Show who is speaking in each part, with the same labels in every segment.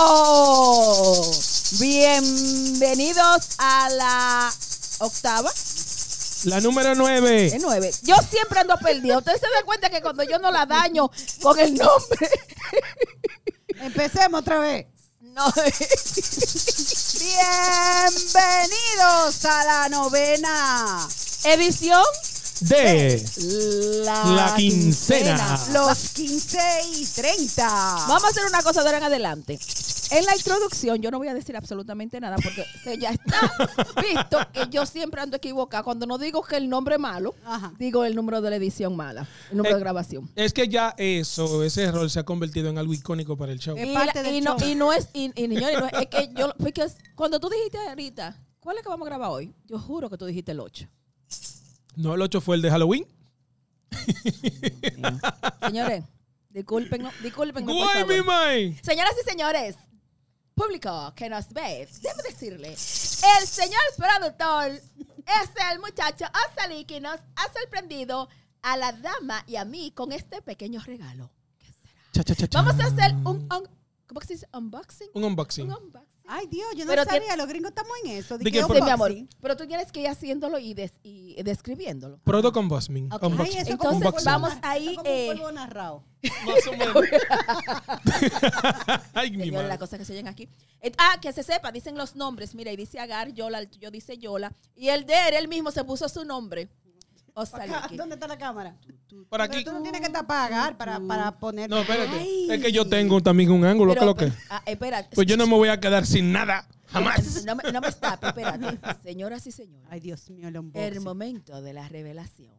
Speaker 1: ¡Eso! Bienvenidos a la octava.
Speaker 2: La número
Speaker 1: Es
Speaker 2: 9.
Speaker 1: nueve. Yo siempre ando perdida. Ustedes se dan cuenta que cuando yo no la daño con el nombre.
Speaker 3: Empecemos otra vez.
Speaker 1: No.
Speaker 3: Bienvenidos a la novena.
Speaker 1: Edición.
Speaker 2: D.
Speaker 3: La,
Speaker 2: La quincena.
Speaker 3: Los 15 y 30.
Speaker 1: Vamos a hacer una cosa de ahora en adelante. En la introducción yo no voy a decir absolutamente nada porque se ya está visto que yo siempre ando equivocada. Cuando no digo que el nombre es malo,
Speaker 3: Ajá.
Speaker 1: digo el número de la edición mala, el número
Speaker 2: Eh,
Speaker 1: de grabación.
Speaker 2: Es que ya eso, ese error se ha convertido en algo icónico para el show.
Speaker 3: Eh, Es
Speaker 1: Y,
Speaker 3: parte
Speaker 1: la-
Speaker 3: del
Speaker 1: y no,
Speaker 3: show.
Speaker 1: y no es, y, y, niño, y no es, es que yo, porque es- cuando tú dijiste ahorita, ¿cuál es que vamos a grabar hoy? Yo juro que tú dijiste el 8.
Speaker 2: No, el 8 fue el de Halloween.
Speaker 1: Señores, disculpen, disculpen.
Speaker 2: ¡Guay, mi mae!
Speaker 1: Señoras y señores, público que nos ve, debo decirle, el señor productor es el muchacho Azalí que nos ha sorprendido a la dama y a mí con este pequeño regalo. ¿Qué será?
Speaker 2: Cha, cha, cha, cha.
Speaker 1: Vamos a hacer un, un- ¿cómo que se dice? unboxing.
Speaker 2: Un unboxing.
Speaker 1: Un unboxing.
Speaker 3: Ay, Dios, yo no
Speaker 1: Pero
Speaker 3: sabía.
Speaker 1: tiene-
Speaker 3: Los gringos estamos en eso.
Speaker 2: ¿De qué
Speaker 3: que
Speaker 2: forma?
Speaker 1: Sí, mi amor,
Speaker 3: unboxing.
Speaker 1: pero tú tienes que ir haciéndolo y, des- y describiéndolo.
Speaker 2: Product unboxing.
Speaker 1: Ok.
Speaker 2: unboxing.
Speaker 3: Ay, eso es como un
Speaker 1: Entonces,
Speaker 3: polvo
Speaker 1: vamos
Speaker 3: narra-
Speaker 1: ahí,
Speaker 3: eso es como un
Speaker 1: eh,
Speaker 3: polvo narrado.
Speaker 2: Más o menos. Ay, mi
Speaker 1: Señores, las
Speaker 2: madre.
Speaker 1: cosas que se oyen aquí. Et- Ah, que se sepa, dicen los nombres. Mira, y dice Agar, Yola, el tuyo dice Yola. Y el de él, él mismo se puso su nombre.
Speaker 3: Acá,
Speaker 1: Ozaliki.
Speaker 3: ¿Dónde está la cámara?
Speaker 2: Por aquí.
Speaker 3: Pero tú no tienes que estar pagar para,
Speaker 1: Mm.
Speaker 3: para poner.
Speaker 2: No, espérate.
Speaker 1: Ay.
Speaker 2: Es que yo tengo también un ángulo.
Speaker 1: Pero,
Speaker 2: ¿qué es lo que?
Speaker 1: ah, espérate.
Speaker 2: Pues yo no me voy a quedar sin nada. Jamás.
Speaker 1: No me, no me está, pero espérate. Señoras y señores,
Speaker 3: Ay, Dios mío, el
Speaker 1: el
Speaker 3: unboxing.
Speaker 1: momento de la revelación.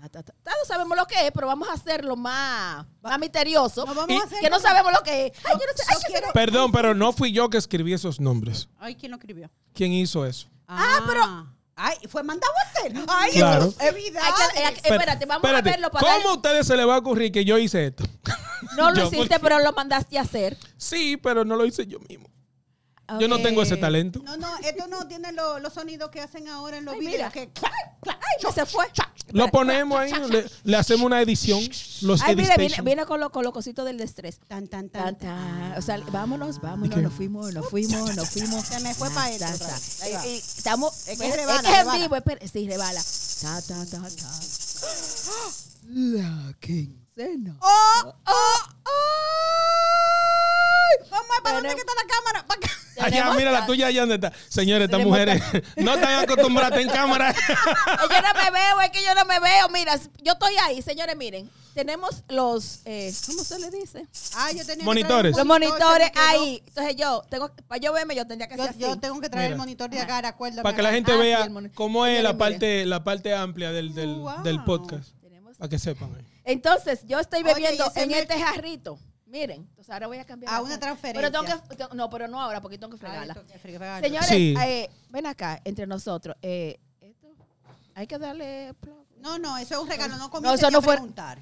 Speaker 1: Ta, ta, ta. Todos sabemos lo que es, pero vamos a hacerlo más, más misterioso.
Speaker 3: No, vamos
Speaker 2: Y-
Speaker 3: a hacer
Speaker 1: que no
Speaker 3: como-
Speaker 1: sabemos lo que es. Ay, yo no sé. ay, yo sé-
Speaker 3: quiero-
Speaker 2: Perdón, pero no fui yo que escribí esos nombres.
Speaker 3: Ay, ¿quién lo escribió?
Speaker 2: ¿Quién hizo eso?
Speaker 3: Ah, pero. Ay, fue mandado a hacer. Ay,
Speaker 2: Claro.
Speaker 3: claro. evidente.
Speaker 1: hay que- hay que- espérate, vamos
Speaker 2: Espérate,
Speaker 1: a verlo para
Speaker 2: ¿Cómo a
Speaker 1: ver.
Speaker 2: ustedes se les va a ocurrir que yo hice esto?
Speaker 1: No lo
Speaker 2: Yo,
Speaker 1: hiciste, pero lo mandaste a hacer.
Speaker 2: Sí, pero no lo hice yo mismo. Yo no
Speaker 1: Ok.
Speaker 2: tengo ese talento.
Speaker 3: No, no, esto no tiene lo- los sonidos que hacen ahora en los
Speaker 1: Ay,
Speaker 3: videos.
Speaker 1: mira.
Speaker 3: Que, clac, clac.
Speaker 1: Ay, no se fue.
Speaker 2: Lo ponemos ahí, le, le hacemos una edición. Los
Speaker 1: Ay, mira, viene,
Speaker 2: editation.
Speaker 1: viene con los con lo cositos del destrés.
Speaker 3: Tan, tan, tan,
Speaker 1: Tan, tan. O sea, vámonos, vámonos,
Speaker 2: qué?
Speaker 1: nos fuimos, nos fuimos, nos fuimos.
Speaker 3: Se me fue
Speaker 1: Ta,
Speaker 3: pa' eso
Speaker 1: ta,
Speaker 3: otra
Speaker 1: ta.
Speaker 3: vez. Ahí
Speaker 1: Y-
Speaker 3: va.
Speaker 1: y Estamos, es
Speaker 3: Es que
Speaker 1: que es
Speaker 3: rebala,
Speaker 1: en
Speaker 3: rebala.
Speaker 1: vivo, espera. Sí, rebala. Ta, ta, ta, ta. La quincena.
Speaker 3: ¡Oh, oh, oh! ¿Cómo es? ¿Para dónde
Speaker 1: Tenemos-
Speaker 3: que está la cámara? ¿Para acá?
Speaker 2: Allá,
Speaker 1: Tenemos
Speaker 2: mira la
Speaker 1: ta-
Speaker 2: tuya, allá donde está. Señores, estas
Speaker 1: Tenemos
Speaker 2: mujeres no están acostumbradas en cámara.
Speaker 1: Ay, Yo no me veo, es que yo no me veo. Mira, yo estoy ahí, señores, miren. Tenemos los, eh, ¿cómo se le dice?
Speaker 3: Ah, yo tenía que
Speaker 2: Monitores.
Speaker 3: traer
Speaker 1: Los
Speaker 3: un
Speaker 1: monitores
Speaker 3: se me quedó.
Speaker 1: ahí. Entonces yo, tengo, para yo verme, yo tendría que
Speaker 3: Yo,
Speaker 1: hacer
Speaker 3: yo
Speaker 1: así.
Speaker 3: tengo que traer el
Speaker 2: Mira.
Speaker 3: monitor de acá, acuérdame.
Speaker 2: Para que la gente
Speaker 1: Ah, sí,
Speaker 2: vea
Speaker 1: el monitor.
Speaker 2: cómo es
Speaker 1: Miren,
Speaker 2: la
Speaker 1: miren.
Speaker 2: parte, la parte amplia del, del,
Speaker 1: Oh,
Speaker 3: Wow.
Speaker 2: del podcast.
Speaker 1: Tenemos-
Speaker 2: Para que sepan. eh.
Speaker 1: Entonces, yo estoy
Speaker 3: Oye,
Speaker 1: bebiendo
Speaker 3: y ese
Speaker 1: en
Speaker 3: merch-
Speaker 1: este jarrito. Miren, entonces ahora voy a cambiar.
Speaker 3: A
Speaker 1: la
Speaker 3: una
Speaker 1: cosa.
Speaker 3: transferencia.
Speaker 1: Pero tengo que, te- no, pero no ahora, porque tengo que fregarla. Señores,
Speaker 3: Señor.
Speaker 2: Sí.
Speaker 1: eh, ven acá, entre nosotros. eh, esto, hay que darle... plug.
Speaker 3: No, no, eso es un regalo, no comiencen
Speaker 1: No, eso
Speaker 3: ni
Speaker 1: no
Speaker 3: a
Speaker 1: fue-
Speaker 3: preguntar.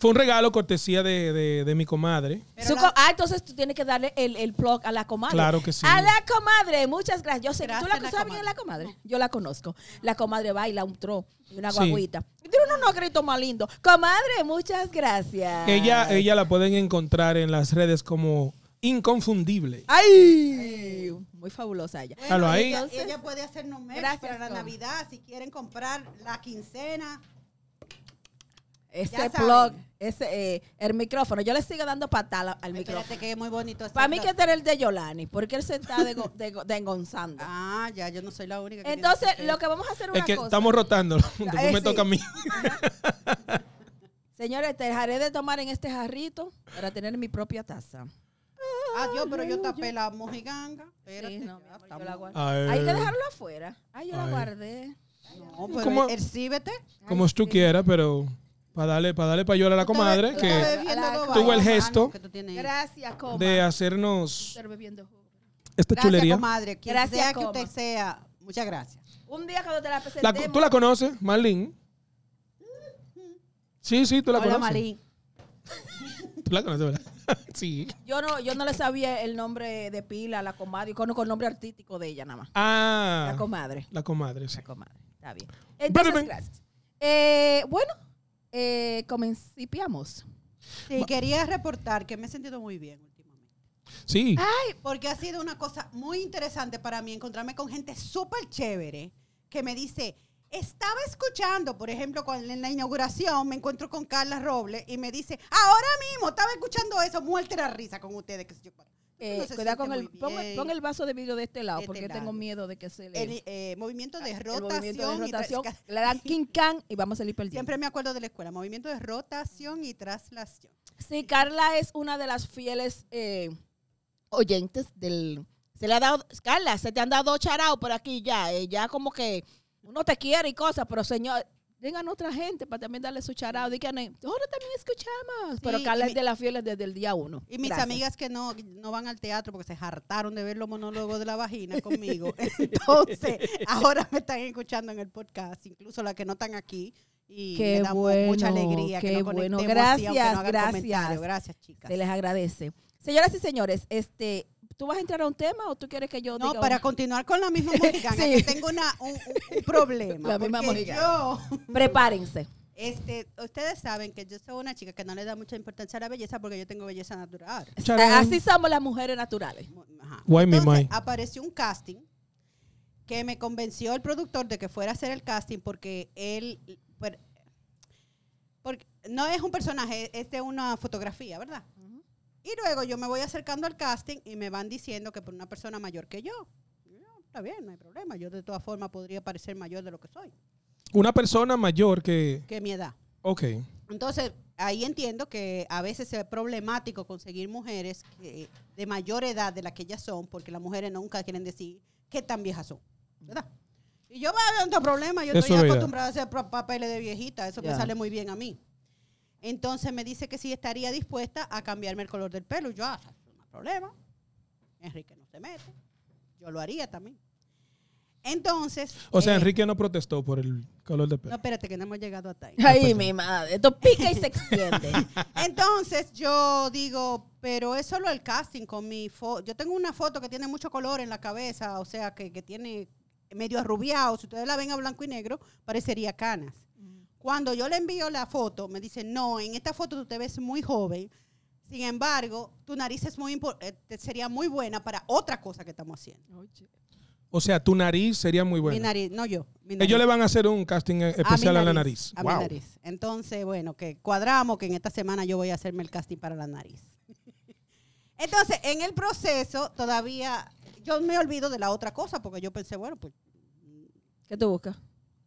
Speaker 2: Fue un regalo cortesía de, de- de mi comadre.
Speaker 3: Pero
Speaker 1: Su
Speaker 3: la-
Speaker 1: co- ah, entonces tú tienes que darle el, el plug a la comadre.
Speaker 2: Claro que sí.
Speaker 1: A la comadre, muchas gracias. Yo sé que tú
Speaker 3: Gracias,
Speaker 1: la,
Speaker 3: la
Speaker 1: sabes quién es la comadre. Yo la conozco. La comadre baila un tro y una
Speaker 2: Sí.
Speaker 1: guaguita. Y tiene unos unos gritos más lindos. Comadre, muchas gracias.
Speaker 2: Ella, ella la pueden encontrar en las redes como inconfundible.
Speaker 1: ¡Ay! Muy fabulosa ella.
Speaker 2: Déjalo ahí.
Speaker 3: ella,
Speaker 1: Entonces-
Speaker 3: ella puede hacernos merch
Speaker 1: Gracias,
Speaker 3: para la
Speaker 1: Tom.
Speaker 3: Navidad, si quieren comprar la quincena.
Speaker 1: Ese
Speaker 3: Ya
Speaker 1: plug,
Speaker 3: saben.
Speaker 1: ese, eh, el micrófono. Yo le sigo dando patada al micrófono.
Speaker 3: Espérate que es muy bonito. ese
Speaker 1: Para mí
Speaker 3: plug.
Speaker 1: que este era el de Yolani, porque él se está de, go- de go- de engonzando.
Speaker 3: Ah, ya, yo no soy la única. que tiene
Speaker 1: Entonces,
Speaker 3: ese
Speaker 1: lo que vamos a hacer una
Speaker 2: Es que
Speaker 1: cosa.
Speaker 2: estamos rotando. Después
Speaker 1: Eh,
Speaker 2: me
Speaker 1: sí.
Speaker 2: toca a mí.
Speaker 1: Señores, te dejaré de tomar en este jarrito para tener mi propia taza.
Speaker 3: Ah, Dios, pero yo tapé la mojiganga. Espérate,
Speaker 1: Sí, no, mi
Speaker 3: ya
Speaker 1: amor, yo
Speaker 3: estamos.
Speaker 1: la guardé.
Speaker 2: Ay.
Speaker 1: Hay que dejarlo afuera. Ay, yo la
Speaker 2: Ay.
Speaker 1: guardé.
Speaker 3: No, pero
Speaker 2: ¿Cómo?
Speaker 3: exhíbete.
Speaker 2: Como tú quieras, pero para darle, para darle payola a la comadre,
Speaker 1: tú
Speaker 2: que
Speaker 1: estabas-
Speaker 2: tuvo el gesto
Speaker 1: Gracias, coma.
Speaker 2: de hacernos
Speaker 1: Estar bebiendo jugo.
Speaker 2: esta
Speaker 3: Gracias,
Speaker 2: chulería.
Speaker 3: comadre. Quien
Speaker 1: Gracias,
Speaker 3: sea que
Speaker 1: coma.
Speaker 3: usted sea. Muchas gracias.
Speaker 1: Un día cuando te la
Speaker 2: La-
Speaker 1: presentemos.
Speaker 2: ¿Tú la conoces, Marlene? Sí, sí, tú la
Speaker 3: Hola,
Speaker 2: conoces.
Speaker 3: Marín.
Speaker 2: Tú la conoces, ¿verdad? sí.
Speaker 1: Yo no, yo no le sabía el nombre de pila, la comadre. Yo conozco el nombre artístico de ella nada más.
Speaker 2: Ah,
Speaker 1: La comadre.
Speaker 2: la comadre, sí.
Speaker 1: La comadre. Está bien. Entonces,
Speaker 2: Espérame.
Speaker 1: gracias. Eh, bueno, eh, comencipiamos.
Speaker 3: Sí, quería reportar que me he sentido muy bien últimamente.
Speaker 2: Sí.
Speaker 3: Ah, Porque ha sido una cosa muy interesante para mí encontrarme con gente súper chévere que me dice, estaba escuchando, por ejemplo, con- en la inauguración me encuentro con Carla Robles y me dice, ahora mismo estaba escuchando eso, muerte la risa con ustedes. Que yo,
Speaker 1: Eh,
Speaker 3: Uno se
Speaker 1: cuidado
Speaker 3: siente
Speaker 1: con el,
Speaker 3: muy
Speaker 1: pon, el-
Speaker 3: bien.
Speaker 1: pon el vaso de vidrio de este lado,
Speaker 3: De este
Speaker 1: porque
Speaker 3: lado.
Speaker 1: tengo miedo de que se le...
Speaker 3: El eh, movimiento de
Speaker 1: Ah, el
Speaker 3: rotación.
Speaker 1: movimiento de
Speaker 3: y tras-
Speaker 1: rotación, le dan king can y vamos a salir perdiendo.
Speaker 3: siempre me acuerdo de la escuela, movimiento de rotación y traslación.
Speaker 1: Sí, Carla es una de las fieles eh, oyentes del... Se le ha dado... Carla, se te han dado charao por aquí ya. eh, ya como que uno te quiere y cosas, pero señor... Vengan otra gente para también darle su charao. Digan, eh, nosotros también escuchamos. pero
Speaker 3: y
Speaker 1: Carla es
Speaker 3: mi-
Speaker 1: de las fieles desde el día uno.
Speaker 3: Y mis
Speaker 1: Gracias.
Speaker 3: amigas que no, no van al teatro porque se hartaron de ver los monólogos de la vagina conmigo. Entonces, ahora me están escuchando en el podcast, incluso las que no están aquí. Y
Speaker 1: Qué
Speaker 3: me da mu-
Speaker 1: bueno,
Speaker 3: mucha alegría
Speaker 1: qué
Speaker 3: que no
Speaker 1: bueno.
Speaker 3: conectemos así, aunque
Speaker 1: Gracias,
Speaker 3: no hagan
Speaker 1: gracias.
Speaker 3: comentario. Gracias, chicas.
Speaker 1: Se les agradece. Señoras y señores, este, ¿tú vas a entrar a un tema o tú quieres que yo
Speaker 3: No,
Speaker 1: diga
Speaker 3: para
Speaker 1: un-
Speaker 3: continuar con la misma mojiganga,
Speaker 1: Sí.
Speaker 3: que tengo una, un, un- un problema.
Speaker 1: La misma
Speaker 3: porque
Speaker 1: mojiganga.
Speaker 3: yo-
Speaker 1: Prepárense.
Speaker 3: este, ustedes saben que yo soy una chica que no le da mucha importancia a la belleza porque yo tengo belleza natural.
Speaker 2: Charán.
Speaker 1: Así somos las mujeres naturales.
Speaker 3: Ajá.
Speaker 2: Guay, mi
Speaker 3: Entonces,
Speaker 2: mai.
Speaker 3: apareció un casting que me convenció el productor de que fuera a hacer el casting porque él por- porque no es un personaje, es de una fotografía, ¿verdad? Y luego yo me voy acercando al casting y me van diciendo que por una persona mayor que yo. Y yo, Está bien, no hay problema. Yo de todas formas podría parecer mayor de lo que soy,
Speaker 2: Una persona mayor que.
Speaker 3: que mi edad.
Speaker 2: Ok.
Speaker 3: Entonces, ahí entiendo que a veces es problemático conseguir mujeres que- de mayor edad de la que ellas son, porque las mujeres nunca quieren decir qué tan viejas son, ¿verdad? Y yo me veo tanto problema, yo
Speaker 2: Eso
Speaker 3: estoy
Speaker 2: es verdad.
Speaker 3: acostumbrada a hacer pro- papeles de viejita, eso
Speaker 1: Ya.
Speaker 3: me sale muy bien a mí. Entonces me dice que sí estaría dispuesta a cambiarme el color del pelo. Y Yo, ah, eso no hay problema. Enrique no se mete. Yo lo haría también. Entonces.
Speaker 2: O sea,
Speaker 3: eh,
Speaker 2: Enrique no protestó por el color de
Speaker 3: No,
Speaker 2: pelo.
Speaker 3: espérate, que no hemos llegado hasta ahí.
Speaker 1: Ay, mi madre. Esto pica y se extiende.
Speaker 3: Entonces yo digo, pero es solo el casting con mi foto. Yo tengo una foto que tiene mucho color en la cabeza, o sea, que, que tiene medio arrubiado. Si ustedes la ven a blanco y negro, parecería canas. Cuando yo le envío la foto, me dice, no, en esta foto tú te ves muy joven. Sin embargo, tu nariz es muy impor- eh, te- sería muy buena para otra cosa que estamos haciendo.
Speaker 2: O sea, tu nariz sería muy
Speaker 3: Mi
Speaker 2: buena.
Speaker 3: nariz, no yo. mi nariz.
Speaker 2: Ellos le van a hacer un casting eh,
Speaker 3: A mi
Speaker 2: especial a la nariz.
Speaker 3: a mi
Speaker 2: Wow.
Speaker 3: nariz. Entonces, bueno, que cuadramos que en esta semana yo voy a hacerme el casting para la nariz. Entonces, en el proceso todavía yo me olvido de la otra cosa porque yo pensé, bueno, pues
Speaker 1: ¿Qué tú buscas?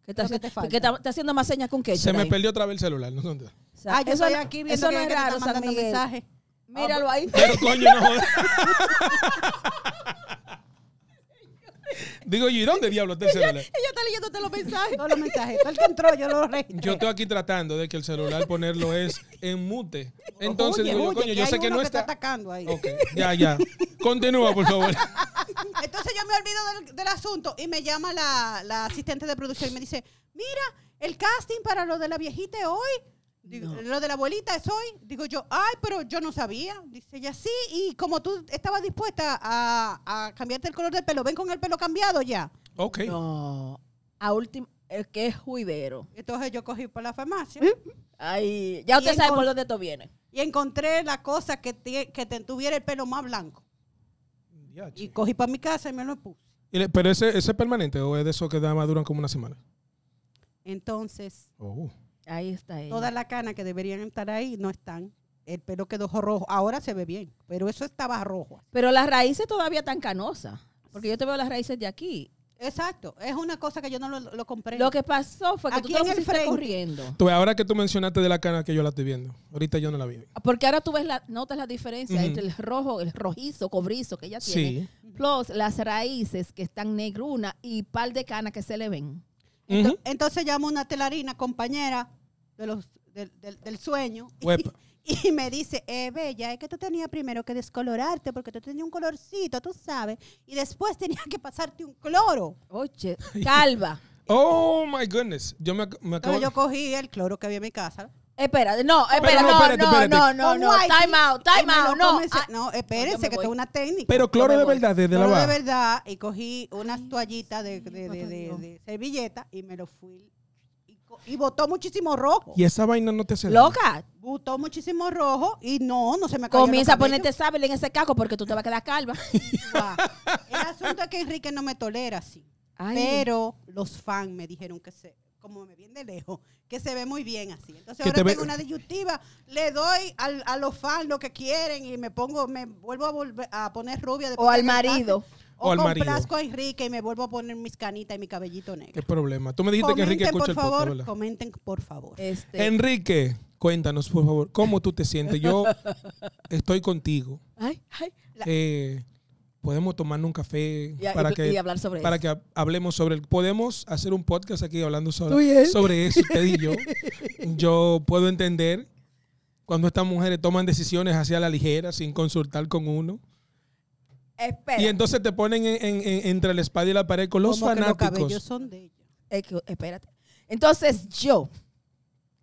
Speaker 1: ¿Qué
Speaker 3: Lo que
Speaker 1: haciendo?
Speaker 3: te falta.
Speaker 1: Porque está, está haciendo más señas con que
Speaker 2: Se me perdió otra vez el celular. ¿no? ¿Dónde?
Speaker 3: ah, yo
Speaker 1: eso
Speaker 3: estoy
Speaker 1: no-
Speaker 3: aquí viendo
Speaker 1: eso
Speaker 3: que
Speaker 1: no
Speaker 3: alguien
Speaker 1: es
Speaker 3: te está
Speaker 1: raro, San
Speaker 3: mandando
Speaker 1: Miguel.
Speaker 3: mensaje.
Speaker 1: Míralo ahí.
Speaker 2: Pero coño, no jodas. Digo, ¿y dónde diablo está el celular?
Speaker 1: Ella está leyéndote los mensajes.
Speaker 3: Todos los mensajes, todo el que entró yo lo registré.
Speaker 2: Yo estoy aquí tratando de que el celular ponerlo es en mute. Entonces
Speaker 3: Huye,
Speaker 2: digo yo,
Speaker 3: huye,
Speaker 2: coño, yo
Speaker 3: hay
Speaker 2: sé que
Speaker 3: uno
Speaker 2: no
Speaker 3: está
Speaker 2: está.
Speaker 3: atacando ahí.
Speaker 2: Ok, ya, ya. Continúa, por favor.
Speaker 3: Entonces yo me olvido del, del asunto y me llama la, la asistente de producción y me dice, mira, el casting para lo de la viejita es hoy. Digo,
Speaker 1: No.
Speaker 3: Lo de la abuelita es hoy. Digo yo, ay, pero yo no sabía. Dice ella, sí, y como tú estabas dispuesta a, a cambiarte el color del pelo, ven con el pelo cambiado ya.
Speaker 2: Ok.
Speaker 1: No. A último, el que es juidero.
Speaker 3: Entonces yo cogí por la farmacia
Speaker 1: Ay, ya
Speaker 3: Y
Speaker 1: usted
Speaker 3: en
Speaker 1: sabe
Speaker 3: con-
Speaker 1: por dónde esto viene.
Speaker 3: y encontré la cosa que, tie- que te tuviera el pelo más blanco.
Speaker 2: Diache.
Speaker 3: Y cogí para mi casa y me lo puse.
Speaker 2: Y le- Pero ese, ese es permanente o es de esos que nada más duran como una semana.
Speaker 3: Entonces,
Speaker 2: Oh.
Speaker 1: Ahí está ella.
Speaker 3: todas las canas que deberían estar ahí no están. El pelo quedó rojo. Ahora se ve bien, pero eso estaba rojo.
Speaker 1: Pero las raíces todavía están canosas. Porque yo te veo las raíces de aquí.
Speaker 3: Exacto, es una cosa que yo no lo, lo comprendo.
Speaker 1: Lo que pasó fue que
Speaker 3: Aquí
Speaker 1: tú te
Speaker 3: en
Speaker 1: lo
Speaker 3: el
Speaker 1: pusiste
Speaker 3: frente.
Speaker 1: corriendo.
Speaker 2: Tú ves, ahora que tú mencionaste de la cana que yo la estoy viendo. Ahorita yo no la vi.
Speaker 1: Porque ahora tú ves la, notas la diferencia
Speaker 2: Ujú.
Speaker 1: entre el rojo, el rojizo, cobrizo que ella tiene,
Speaker 2: Sí.
Speaker 1: plus las raíces que están negrunas y par de canas que se le ven.
Speaker 2: Ujú.
Speaker 3: Ento- Entonces llamo a una telarina, compañera de los, del- del- del sueño, y,
Speaker 2: Uepa.
Speaker 3: y me dice, eh, Bella, es que tú tenías primero que descolorarte porque tú tenías un colorcito, tú sabes, y después tenías que pasarte un cloro.
Speaker 1: Oye, calva.
Speaker 2: Oh my goodness. Yo me, ac- me acabo.
Speaker 3: Entonces yo cogí el cloro que había en mi casa.
Speaker 1: Espera, no, espera,
Speaker 2: no,
Speaker 1: no,
Speaker 2: espérate,
Speaker 1: no,
Speaker 2: espérate.
Speaker 1: no, no,
Speaker 3: Con
Speaker 1: no,
Speaker 3: whitey,
Speaker 1: time out,
Speaker 3: y
Speaker 1: time
Speaker 3: me
Speaker 1: out,
Speaker 3: lo
Speaker 1: no.
Speaker 3: comencé-
Speaker 1: Ah,
Speaker 3: no,
Speaker 1: yo me
Speaker 3: espérense, que
Speaker 1: voy.
Speaker 3: esto es una técnica.
Speaker 2: Pero cloro
Speaker 1: yo me
Speaker 2: de
Speaker 1: voy.
Speaker 2: verdad, desde la
Speaker 3: Cloro de
Speaker 2: barra.
Speaker 3: verdad, y cogí unas toallitas de, de- de-
Speaker 1: papá
Speaker 3: de-
Speaker 1: Dios.
Speaker 3: de servilleta y me lo fui. Y Y votó muchísimo rojo.
Speaker 2: Y esa vaina no te hace daño.
Speaker 1: Loca,
Speaker 3: Votó muchísimo rojo y no, no se me cayó
Speaker 1: comienza a ponerte sable en ese caco porque tú te vas a quedar calva.
Speaker 3: El asunto es que Enrique no me tolera así.
Speaker 1: Ay.
Speaker 3: Pero los fans me dijeron que se, como me vienen de lejos, que se ve muy bien así. Entonces
Speaker 2: Que
Speaker 3: ahora
Speaker 2: te ve-
Speaker 3: tengo una disyuntiva, le doy al- a los fans lo que quieren y me pongo, me vuelvo a, volver, a poner rubia. después
Speaker 1: O al
Speaker 3: que me
Speaker 1: marido.
Speaker 3: case. O,
Speaker 2: O al marido.
Speaker 3: complazco a Enrique y me vuelvo a poner mis canitas y mi cabellito negro.
Speaker 2: ¿Qué problema? Tú me dijiste que Enrique escucha
Speaker 3: por
Speaker 2: el podcast,
Speaker 3: favor,
Speaker 2: ¿verdad? Eh,
Speaker 3: comenten por favor.
Speaker 1: Este.
Speaker 2: Enrique, cuéntanos, por favor, ¿cómo tú te sientes? Yo estoy contigo.
Speaker 1: Ay, ay.
Speaker 2: Eh, podemos tomarnos un café
Speaker 1: Y a-
Speaker 2: para
Speaker 1: y-
Speaker 2: que
Speaker 1: y hablar sobre
Speaker 2: para
Speaker 1: eso.
Speaker 2: que ha- hablemos sobre el, podemos hacer un podcast aquí hablando
Speaker 1: Tú y
Speaker 2: sobre,
Speaker 1: él.
Speaker 2: sobre eso usted y yo yo puedo entender cuando estas mujeres toman decisiones hacia la ligera sin consultar con uno
Speaker 1: Espera.
Speaker 2: y entonces te ponen en- en- en- entre la espada y la pared con los
Speaker 3: Como que Los
Speaker 2: fanáticos
Speaker 3: cabellos son de ellos.
Speaker 1: Eh, que- espérate. Entonces yo,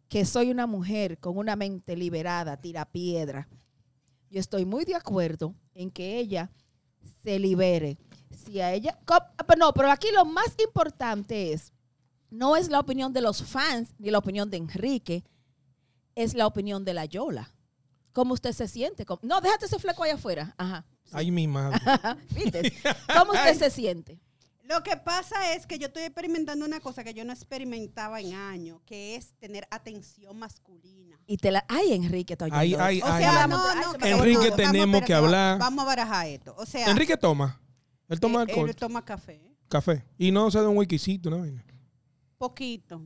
Speaker 1: que soy una mujer con una mente liberada, tira piedra, yo estoy muy de acuerdo en que ella se libere. Si a ella, co- ah, pero no, pero aquí lo más importante es, no es la opinión de los fans ni la opinión de Enrique, es la opinión de la Yola. ¿Cómo usted se siente? ¿Cómo- No, déjate ese fleco allá afuera. Ajá.
Speaker 2: ay mi madre
Speaker 1: ¿Viste? ¿Cómo usted se siente?
Speaker 3: Lo que pasa es que yo estoy experimentando una cosa que yo no experimentaba en años, que es tener atención masculina.
Speaker 1: Y te la... Ay, Enrique, está
Speaker 2: Ay,
Speaker 1: oyendo.
Speaker 2: ay,
Speaker 3: O
Speaker 2: ay,
Speaker 3: sea,
Speaker 2: ay.
Speaker 3: no, no,
Speaker 1: Enrique,
Speaker 3: que- no,
Speaker 2: tenemos
Speaker 3: espérate,
Speaker 2: que
Speaker 3: va-
Speaker 2: hablar.
Speaker 3: Vamos a barajar esto. O sea,
Speaker 2: Enrique toma él toma
Speaker 3: él- él
Speaker 2: alcohol,
Speaker 3: toma café.
Speaker 2: café y no se da un wikisito una vaina.
Speaker 3: Poquito.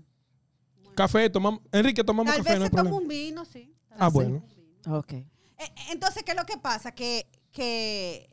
Speaker 2: café tomamos Enrique tomamos
Speaker 3: Tal
Speaker 2: café
Speaker 3: vez
Speaker 2: no hay
Speaker 3: se toma
Speaker 2: problema
Speaker 3: un vino, sí. Tal
Speaker 2: Ah,
Speaker 3: vez se
Speaker 2: bueno.
Speaker 3: toma un vino.
Speaker 1: Ok.
Speaker 3: Eh, Entonces, ¿qué es lo que pasa? Que, que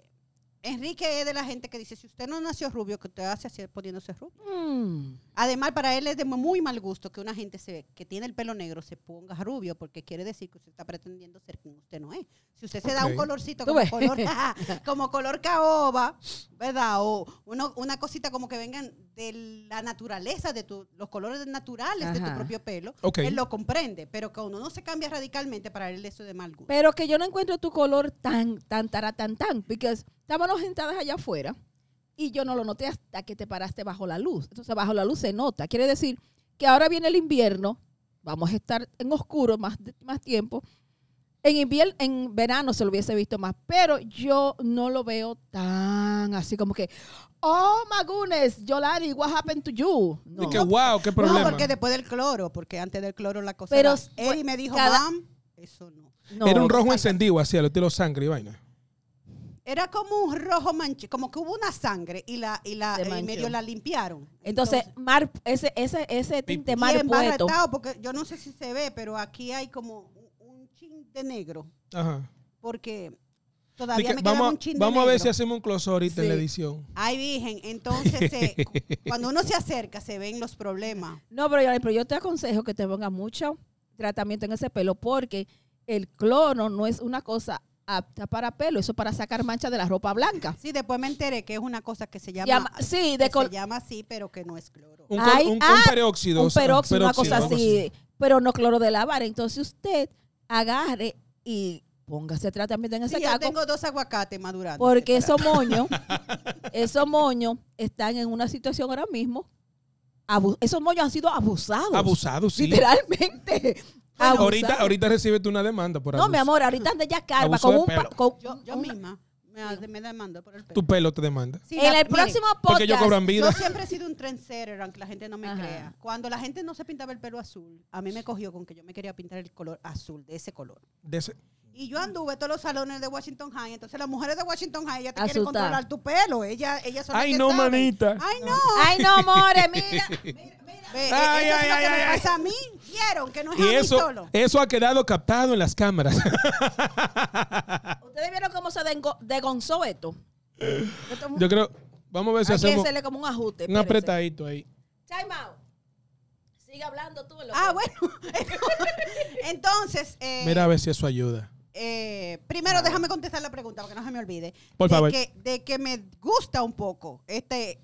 Speaker 3: Enrique es de la gente que dice, si usted no nació rubio, que usted hace así poniéndose rubio.
Speaker 1: Mm.
Speaker 3: Además, para él es de muy mal gusto que una gente se- que tiene el pelo negro se ponga rubio, porque quiere decir que usted está pretendiendo ser quien usted no es. Si usted se da un
Speaker 2: Ok.
Speaker 3: colorcito
Speaker 1: Tú
Speaker 3: como
Speaker 1: ves.
Speaker 3: color, como color caoba, ¿verdad? O uno- una cosita como que vengan de la naturaleza, de tu- los colores naturales de tu
Speaker 1: Ajá.
Speaker 3: propio pelo,
Speaker 2: Ok.
Speaker 3: él lo comprende, pero cuando uno se cambia radicalmente, para él eso es de mal gusto.
Speaker 1: Pero que yo no encuentro tu color tan, tan, tan, tan, tan, porque estábamos sentadas allá afuera y yo no lo noté hasta que te paraste bajo la luz. Entonces, bajo la luz se nota. Quiere decir que ahora viene el invierno, vamos a estar en oscuro más, más tiempo. En invierno, en verano se lo hubiese visto más, pero yo no lo veo tan así como que, oh, Magunes, Yolani, what happened to you? No.
Speaker 2: Y que wow qué problema
Speaker 3: No, porque después del cloro, porque antes del cloro la cosa.
Speaker 1: Pero
Speaker 3: era-
Speaker 1: s-
Speaker 3: Eddie me dijo,
Speaker 1: cada-
Speaker 3: mam, eso no.
Speaker 1: No.
Speaker 2: Era un rojo encendido, así, al estilo sangre y vaina.
Speaker 3: Era como un rojo manche, como que hubo una sangre y la y la
Speaker 1: Se
Speaker 3: y
Speaker 1: manchó.
Speaker 3: medio la limpiaron.
Speaker 1: Entonces, mar, ese, ese, ese tinte
Speaker 2: Pipo.
Speaker 1: mar
Speaker 3: y
Speaker 1: puesto.
Speaker 3: embarretado, porque yo no sé si se ve, pero aquí hay como un- un chin de negro,
Speaker 2: Ajá.
Speaker 3: porque todavía
Speaker 2: Dice,
Speaker 3: me queda
Speaker 2: vamos
Speaker 3: un chin de
Speaker 2: vamos a ver si
Speaker 3: negro.
Speaker 2: hacemos un close ahorita en la
Speaker 1: Sí.
Speaker 2: edición.
Speaker 3: Ay, virgen, entonces se- cuando uno se acerca se ven los problemas.
Speaker 1: No, pero, yo- pero yo te aconsejo que te pongas mucho tratamiento en ese pelo porque el cloro no es una cosa apta para pelo, eso es para sacar manchas de la ropa blanca.
Speaker 3: Sí, después me enteré que es una cosa que se llama,
Speaker 1: Llama- sí, de
Speaker 3: que
Speaker 1: col-
Speaker 3: se llama así, pero que no es cloro.
Speaker 2: Un,
Speaker 1: Ay,
Speaker 2: col- un,
Speaker 1: ah,
Speaker 2: un peróxido.
Speaker 1: un
Speaker 2: o sea,
Speaker 1: peróxido, una cosa
Speaker 2: algo
Speaker 1: así, pero no cloro de lavar. Entonces usted agarre y póngase tratamiento en ese
Speaker 3: Sí, yo
Speaker 1: caco
Speaker 3: tengo dos aguacates madurando.
Speaker 1: porque
Speaker 3: separados.
Speaker 1: esos moños, esos moños están en una situación ahora mismo, abu- esos moños han sido abusados.
Speaker 2: Abusado, sí.
Speaker 1: Literalmente. abusados.
Speaker 2: Ahorita, ahorita recibes tú una demanda por
Speaker 1: No, mi
Speaker 2: abuso.
Speaker 1: amor, ahorita anda ya calva
Speaker 2: Abuso
Speaker 1: con
Speaker 2: de
Speaker 1: un... pa-
Speaker 2: pelo.
Speaker 1: con-
Speaker 3: Yo, yo
Speaker 1: un-
Speaker 3: misma me, ha- me demando por el pelo.
Speaker 2: Tu pelo te demanda.
Speaker 3: Sí,
Speaker 1: en
Speaker 3: la-
Speaker 1: el
Speaker 3: miren,
Speaker 1: próximo
Speaker 2: Porque ellos
Speaker 1: podcast...
Speaker 2: cobran vida.
Speaker 3: Yo siempre he sido un trendsetter, aunque la gente no me
Speaker 1: Ajá.
Speaker 3: crea. Cuando la gente no se pintaba el pelo azul, a mí me cogió con que yo me quería pintar el color azul, de ese color.
Speaker 2: De ese-
Speaker 3: Y yo anduve todos los salones de Washington High. Entonces las mujeres de Washington High, ellas te quieren
Speaker 1: Asustada.
Speaker 3: controlar tu pelo. Ellas, ellas son las
Speaker 2: Ay,
Speaker 3: que
Speaker 2: no,
Speaker 3: saben.
Speaker 2: manita.
Speaker 3: Ay, no.
Speaker 1: Ay, no, more, mira.
Speaker 3: Ve, eh,
Speaker 2: Ay,
Speaker 3: eso es
Speaker 2: ay,
Speaker 3: lo
Speaker 2: ay,
Speaker 3: que me
Speaker 2: ay, ay.
Speaker 3: pasa a mí. Vieron que no es
Speaker 2: Y
Speaker 3: a mí
Speaker 2: eso,
Speaker 3: solo.
Speaker 2: eso ha quedado captado en las cámaras.
Speaker 1: Ustedes vieron cómo se dengo- degonzó esto. Esto es un-
Speaker 2: Yo creo, vamos a ver si
Speaker 1: Hay que
Speaker 2: hacemos
Speaker 1: hacerle como un ajuste.
Speaker 2: un
Speaker 1: espérense.
Speaker 2: apretadito ahí.
Speaker 1: Time out. Sigue hablando tú. loco.
Speaker 3: Ah, bueno. Entonces, eh,
Speaker 2: Mira a ver si eso ayuda.
Speaker 3: Eh, primero déjame contestar la pregunta para que no se me olvide.
Speaker 2: Por
Speaker 3: de
Speaker 2: favor.
Speaker 3: Que, de que me gusta un poco este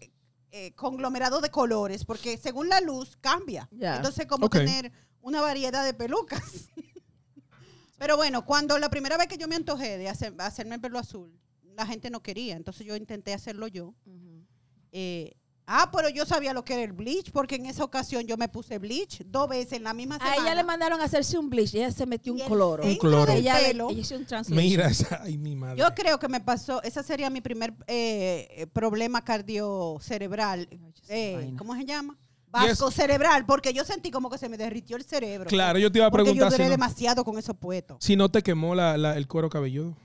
Speaker 3: eh, conglomerado de colores, porque según la luz cambia.
Speaker 1: Ya.
Speaker 3: Entonces, como
Speaker 2: Ok.
Speaker 3: tener una variedad de pelucas. Pero bueno, cuando la primera vez que yo me antojé de hacer- hacerme el pelo azul, la gente no quería. Entonces yo intenté hacerlo yo.
Speaker 1: Ujú.
Speaker 3: eh, Ah, pero yo sabía lo que era el bleach, porque en esa ocasión yo me puse bleach dos veces en la misma
Speaker 1: A
Speaker 3: semana.
Speaker 1: ella le mandaron a hacerse un bleach. Ella se metió
Speaker 3: Y
Speaker 1: un
Speaker 3: el
Speaker 1: cloro.
Speaker 2: Un
Speaker 3: centro
Speaker 2: cloro.
Speaker 3: del
Speaker 1: Ella, le-
Speaker 3: pelo-
Speaker 1: ella hizo un translation.
Speaker 2: Mira, esa- ay, mi madre.
Speaker 3: Yo creo que me pasó, ese sería mi primer eh, eh, problema cardiocerebral. Eh,
Speaker 1: vaina.
Speaker 3: ¿Cómo se llama? Vasco cerebral, porque yo sentí como que se me derritió el cerebro.
Speaker 2: Claro, yo te iba a
Speaker 3: porque
Speaker 2: preguntar
Speaker 3: yo
Speaker 2: si
Speaker 3: duré
Speaker 2: no,
Speaker 3: demasiado con esos puetos.
Speaker 2: si no te quemó la- la- el cuero cabelludo.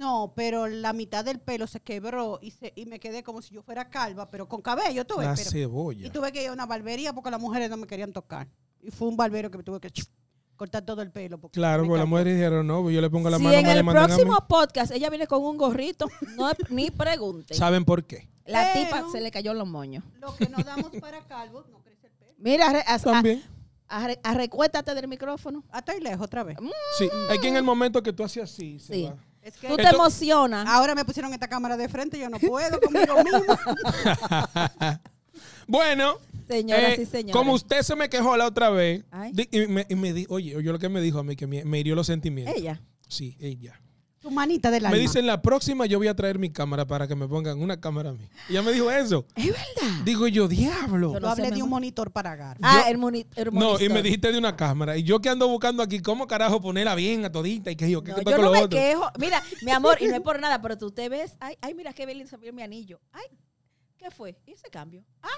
Speaker 3: No, pero la mitad del pelo se quebró y, se- y me quedé como si yo fuera calva, pero con cabello tuve.
Speaker 2: La
Speaker 3: pero- y
Speaker 2: cebolla.
Speaker 3: tuve que ir a una barbería porque las mujeres no me querían tocar. Y fue un barbero que me tuve que cortar todo el pelo. porque
Speaker 2: Claro,
Speaker 3: me
Speaker 2: porque las
Speaker 3: encantó.
Speaker 2: mujeres dijeron, no, pues yo le pongo la
Speaker 1: si
Speaker 2: mano,
Speaker 1: en
Speaker 2: me le
Speaker 1: el
Speaker 2: mandan a mí.
Speaker 1: próximo podcast ella viene con un gorrito, no, ni pregunte.
Speaker 2: ¿Saben por qué?
Speaker 1: La
Speaker 3: Pero-
Speaker 1: tipa se le cayó los moños.
Speaker 3: Lo que nos damos para calvos no crece el pelo.
Speaker 1: Mira, arre- as-
Speaker 2: También.
Speaker 1: a- arre- arrecuétate del micrófono.
Speaker 3: Hasta ahí Ah, lejos otra vez.
Speaker 2: Sí, es que en el momento que tú hacías así, se
Speaker 1: Sí.
Speaker 2: va.
Speaker 3: Es que
Speaker 1: Tú te
Speaker 2: Esto- ah,
Speaker 1: emocionas.
Speaker 3: ahora me pusieron esta cámara de frente, yo no puedo conmigo mismo.
Speaker 2: Bueno,
Speaker 1: Señoras
Speaker 2: eh,
Speaker 1: y señores.
Speaker 2: como usted se me quejó la otra vez,
Speaker 1: Ay.
Speaker 2: di- y me, y me di- oye, yo lo que me dijo a mí, que me, me hirió los sentimientos.
Speaker 1: Ella.
Speaker 2: Sí, ella.
Speaker 3: Tu manita del alma.
Speaker 2: Me dicen, la próxima yo voy a traer mi cámara para que me pongan una cámara a mí. Ella me dijo eso.
Speaker 1: Es verdad.
Speaker 2: Digo yo, diablo.
Speaker 1: Yo
Speaker 3: yo
Speaker 1: no sé,
Speaker 3: hablé
Speaker 1: mi
Speaker 3: de un
Speaker 1: amor.
Speaker 3: monitor para agarrar.
Speaker 1: Ah,
Speaker 2: Yo-
Speaker 1: el moni- el
Speaker 2: No, y
Speaker 1: monitor.
Speaker 2: me dijiste de una cámara. Y yo que ando buscando aquí, ¿cómo carajo ponerla bien a todita? Y que yo, ¿qué
Speaker 1: No,
Speaker 2: está
Speaker 1: yo
Speaker 2: con
Speaker 1: no
Speaker 2: lo
Speaker 1: me
Speaker 2: otro?
Speaker 1: quejo. Mira, mi amor, y no es por nada, pero tú te ves. Ay, ay mira qué bien se vio mi anillo. Ay, ¿qué fue? ¿Y ese cambio? Ah,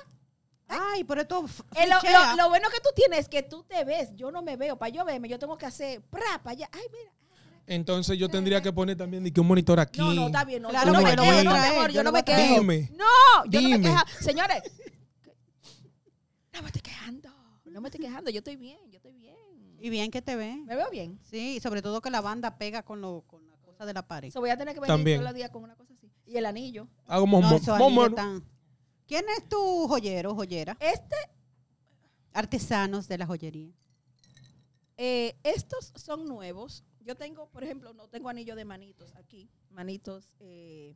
Speaker 3: Ay, pero esto f-
Speaker 1: eh, lo,
Speaker 3: fichea.
Speaker 1: lo- lo bueno que tú tienes es que tú te ves. Yo no me veo. Para yo verme, yo tengo que hacer pra, para allá. Ay, mira.
Speaker 2: Entonces yo tendría que poner también de que un monitor aquí.
Speaker 1: No, no, está bien. No,
Speaker 3: Claro,
Speaker 1: yo no
Speaker 2: yo
Speaker 1: me
Speaker 2: lo voy a
Speaker 1: quejo, mi
Speaker 3: traer,
Speaker 1: amor. Yo
Speaker 3: yo
Speaker 1: no me
Speaker 3: lo voy a traer.
Speaker 1: quejo.
Speaker 2: Dime.
Speaker 1: No, yo no me
Speaker 2: Dime.
Speaker 1: quejo. Señores, no me estoy quejando. No me estoy quejando. Yo estoy bien. Yo estoy bien.
Speaker 3: Y bien que te ven.
Speaker 1: Me veo bien.
Speaker 3: Sí, y sobre todo que la banda pega con, lo, con la cosa de la pared.
Speaker 1: So, voy a tener que venir
Speaker 2: También.
Speaker 1: todos los días con una cosa así. Y el anillo.
Speaker 2: Hago
Speaker 3: No,
Speaker 2: momo-
Speaker 3: esos
Speaker 2: momo-
Speaker 3: anillos están- ¿Quién es tu joyero, joyera?
Speaker 1: Este,
Speaker 3: Artesanos de la joyería.
Speaker 1: eh, estos son nuevos. Yo tengo, por ejemplo, no tengo anillo de manitos aquí. Manitos, eh,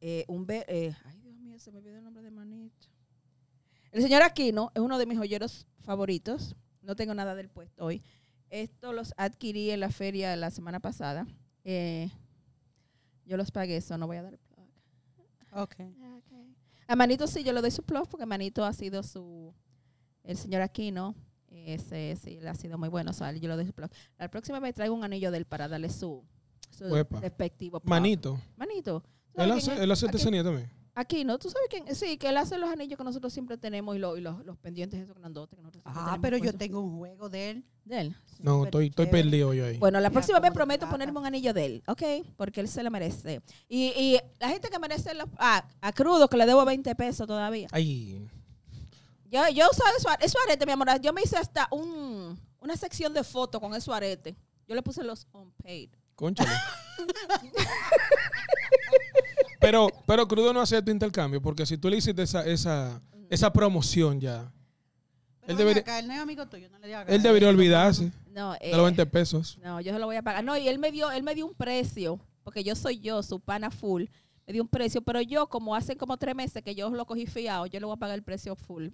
Speaker 1: eh, un be- eh, ay Dios mío, se me olvidó el nombre de manito. El señor Aquino es uno de mis joyeros favoritos. No tengo nada del puesto hoy. Estos los adquirí en la feria la semana pasada. Eh, yo los pagué, eso no voy a dar plug.
Speaker 3: Ok.
Speaker 1: A Manito sí, yo le doy su plus porque Manito ha sido su. El señor Aquino, ese sí, le ha sido muy bueno. O sea, yo le doy su plus. La próxima vez traigo un anillo de él para darle su, su
Speaker 2: Uepa.
Speaker 1: respectivo plug.
Speaker 2: Manito.
Speaker 1: Manito. ¿tú
Speaker 2: Él
Speaker 1: sabes quién es?
Speaker 2: hace, él hace este
Speaker 1: Aquino-
Speaker 2: artesanía también.
Speaker 1: Aquino, tú sabes quién. Sí, que él hace los anillos que nosotros siempre tenemos y, lo- y los, los pendientes esos grandotes que nosotros siempre
Speaker 3: Ah,
Speaker 1: tenemos
Speaker 3: pero yo
Speaker 1: puestos.
Speaker 3: tengo un juego de él.
Speaker 1: De él. sí.
Speaker 2: No,
Speaker 3: Súper
Speaker 2: estoy, estoy
Speaker 3: chévere.
Speaker 2: perdido yo ahí.
Speaker 1: Bueno, la
Speaker 3: Mira
Speaker 1: próxima vez
Speaker 3: cómo se
Speaker 1: prometo
Speaker 3: trata.
Speaker 1: ponerme un anillo de él, ¿ok? Porque él se lo merece. Y, y la gente que merece los... Ah, a crudo, que le debo 20 pesos todavía.
Speaker 2: Ay,
Speaker 1: Yo, yo usaba eso, eso arete, mi amor. Yo me hice hasta un, una sección de fotos con eso arete. Yo le puse los on paid.
Speaker 2: conchale. pero, pero crudo no acepta intercambio, porque si tú le hiciste esa, esa, esa promoción ya,
Speaker 3: Pero
Speaker 2: Él
Speaker 3: ven
Speaker 2: debería-
Speaker 3: acá, él no es amigo tuyo, no le digas
Speaker 2: él debería olvidarse
Speaker 1: No, eh,
Speaker 2: de los 20 pesos.
Speaker 1: no, yo se lo voy a pagar. No, y él me dio, él me dio un precio, porque yo soy yo, su pana full. Me dio un precio, pero yo, como hace como tres meses que yo lo cogí fiado, yo le voy a pagar el precio full.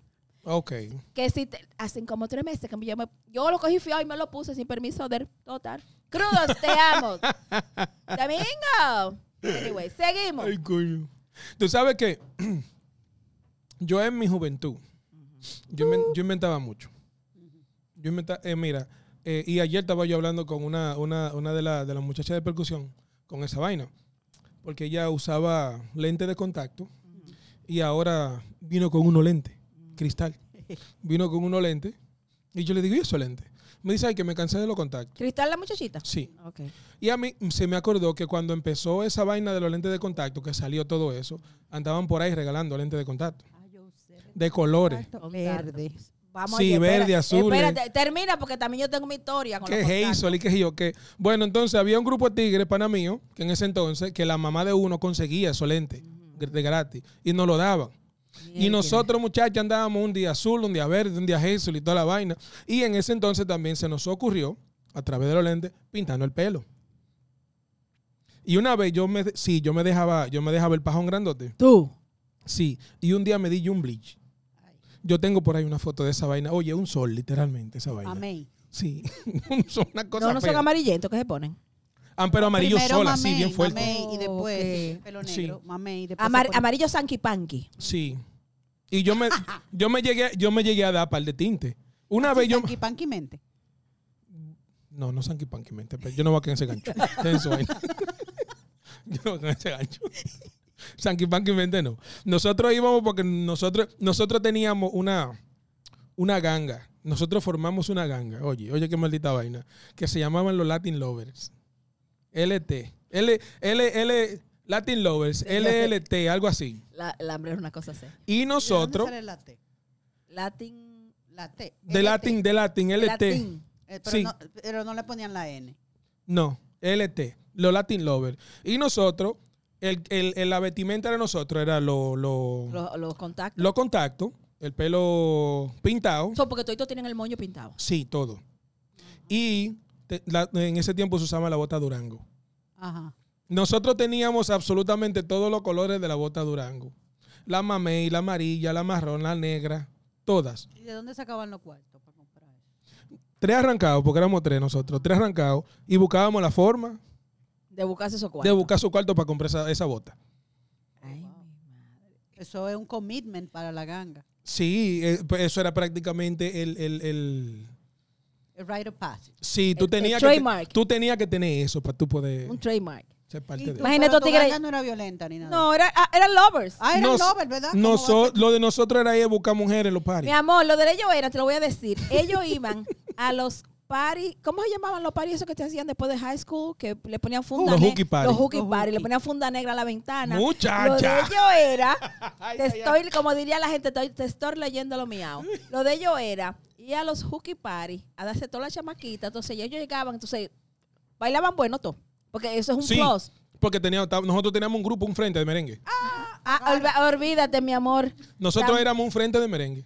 Speaker 2: Ok.
Speaker 1: Que si te- hacen como tres meses que yo, me- yo lo cogí fiado y me lo puse sin permiso de total. Crudos, te amo. Domingo. Anyway, seguimos.
Speaker 2: Ay, coño. Tú sabes que yo en mi juventud, yo, inven- yo inventaba mucho. Yo inventaba, mira, eh, y ayer estaba yo hablando con una, una, una de, la- de las muchachas de percusión con esa vaina, porque ella usaba lente de contacto y ahora vino con uno lente, cristal. Vino con uno lente y yo le digo, ¿y eso lente? Me dice, ay, que me cansé de los contactos.
Speaker 1: Cristal, la muchachita.
Speaker 2: Sí.
Speaker 1: Ok.
Speaker 2: Y a mí se me acordó que cuando empezó esa vaina de los lentes de contacto, que salió todo eso, andaban por ahí regalando lentes de contacto, de colores.
Speaker 3: Verde.
Speaker 1: Vamos
Speaker 2: Sí,
Speaker 1: allá, espera-
Speaker 2: verde, azul, eh.
Speaker 1: Espérate, termina porque también yo tengo mi historia con los
Speaker 2: ¿Qué es
Speaker 1: contactos.
Speaker 2: eso? ¿Y qué es yo? ¿Qué? Bueno, entonces había un grupo de tigres, pana mío, que en ese entonces, que la mamá de uno conseguía esos lentes gr- de gratis y nos lo daban. Y nosotros, muchachos, andábamos un día azul, un día verde, un día azul y toda la vaina. Y en ese entonces también se nos ocurrió, a través de los lentes, pintando el pelo. Y una vez yo me, sí, yo me dejaba, yo me dejaba el pajón grandote.
Speaker 1: Tú.
Speaker 2: Sí, y un día me di yo un bleach. Yo tengo por ahí una foto de esa vaina. Oye, un sol, literalmente, esa vaina.
Speaker 3: Amén.
Speaker 2: Sí, un sol, una cosa
Speaker 1: No, no son
Speaker 2: fea.
Speaker 1: amarillentos que se ponen.
Speaker 2: Ah, pero amarillo
Speaker 3: Primero
Speaker 2: sol,
Speaker 3: mamey,
Speaker 2: así, bien fuerte.
Speaker 3: mamey, y
Speaker 1: Ok.
Speaker 3: después el pelo
Speaker 2: Sí.
Speaker 3: negro. mamey, y después
Speaker 1: Amar-
Speaker 3: se pone-
Speaker 1: amarillo sanky panky.
Speaker 2: Sí. Y yo me, yo me llegué, yo me llegué a dar par de tinte. Una vez yo.
Speaker 3: Panqui, panqui mente.
Speaker 2: No, no Sanky Panky, mente, pero yo no voy a caer en ese gancho. Dejen su vaina. yo no voy a caer en ese gancho. Sanky Panky, mente, no. Nosotros íbamos porque nosotros, nosotros teníamos una, una ganga. Nosotros formamos una ganga. Oye, oye, qué maldita vaina. Que se llamaban los Latin Lovers. LT. L, L, L, Latin Lovers. LLT, algo así.
Speaker 1: La, el hambre es una cosa así.
Speaker 2: Y
Speaker 3: ¿De dónde
Speaker 2: nosotros,
Speaker 3: sale la T?
Speaker 1: Latin.
Speaker 3: La T.
Speaker 2: de Latin, de Latin, LT.
Speaker 1: Latin.
Speaker 3: Eh, pero,
Speaker 2: sí.
Speaker 3: no, pero no le ponían la N.
Speaker 2: No, LT, los Latin Lovers. Y nosotros, el, el- el- la vestimenta de nosotros era lo, lo, lo,
Speaker 1: Los, los contactos.
Speaker 2: contacto, el pelo pintado.
Speaker 1: So, porque todos tienen el moño pintado.
Speaker 2: Sí, todo. Y te- la- en ese tiempo se usaba la bota Durango.
Speaker 3: Ajá.
Speaker 2: Nosotros teníamos absolutamente todos los colores de la bota Durango. La mamey, la amarilla, la marrón, la negra, todas.
Speaker 3: ¿Y de dónde sacaban los cuartos para comprar eso?
Speaker 2: Tres arrancados, porque éramos tres nosotros, tres arrancados, y buscábamos la forma
Speaker 1: De buscarse esos cuartos.
Speaker 2: de buscar su cuarto para comprar esa- esa bota.
Speaker 1: Ay, mi madre.
Speaker 3: Eso es un commitment para la ganga.
Speaker 2: Sí, eh, pues eso era prácticamente el... el- el-
Speaker 3: El rite of passage.
Speaker 2: sí, tú
Speaker 1: El- el
Speaker 2: tenías, que, te-
Speaker 1: trademark.
Speaker 2: tú tenías que tener eso para tú poder
Speaker 1: Un pues, trademark.
Speaker 2: ser
Speaker 3: Y
Speaker 2: parte
Speaker 3: tú,
Speaker 2: de
Speaker 1: Imagínate
Speaker 3: pero
Speaker 1: tú,
Speaker 3: tu
Speaker 1: tigre-
Speaker 3: ganga no era violenta ni nada.
Speaker 1: No, era- ah, eran lovers.
Speaker 3: Ah, era
Speaker 2: Nos-
Speaker 3: el Nobel, ¿verdad? ¿Cómo va a
Speaker 2: Noso-
Speaker 3: ser?
Speaker 2: Lo de nosotros era ir a buscar mujeres en los
Speaker 1: Mi
Speaker 2: paris.
Speaker 1: amor, lo de ellos era, te lo voy a decir. Ellos iban a los party, ¿cómo se llamaban los parties esos que te hacían después de high school? Que le ponían funda
Speaker 2: Uh, Los
Speaker 1: ne-
Speaker 2: hookie party.
Speaker 1: Los hookie
Speaker 3: Los
Speaker 1: party, le
Speaker 3: hookie.
Speaker 1: ponían funda negra a la ventana. Lo de
Speaker 2: ¡Muchacha!
Speaker 1: ellos era
Speaker 2: Ay,
Speaker 1: te
Speaker 2: ay, ay.
Speaker 1: estoy, como diría la gente, estoy- te estoy leyendo lo miau. Lo de ellos era ir a los hooky party a darse toda la chamaquita. Entonces ellos llegaban, entonces bailaban bueno todo. Porque eso es un
Speaker 2: Sí.
Speaker 1: plus.
Speaker 2: Porque teníamos, nosotros teníamos un grupo, un frente de merengue.
Speaker 1: Ah, olvi- olvídate, mi amor.
Speaker 2: Nosotros
Speaker 1: tam-
Speaker 2: éramos un frente de merengue.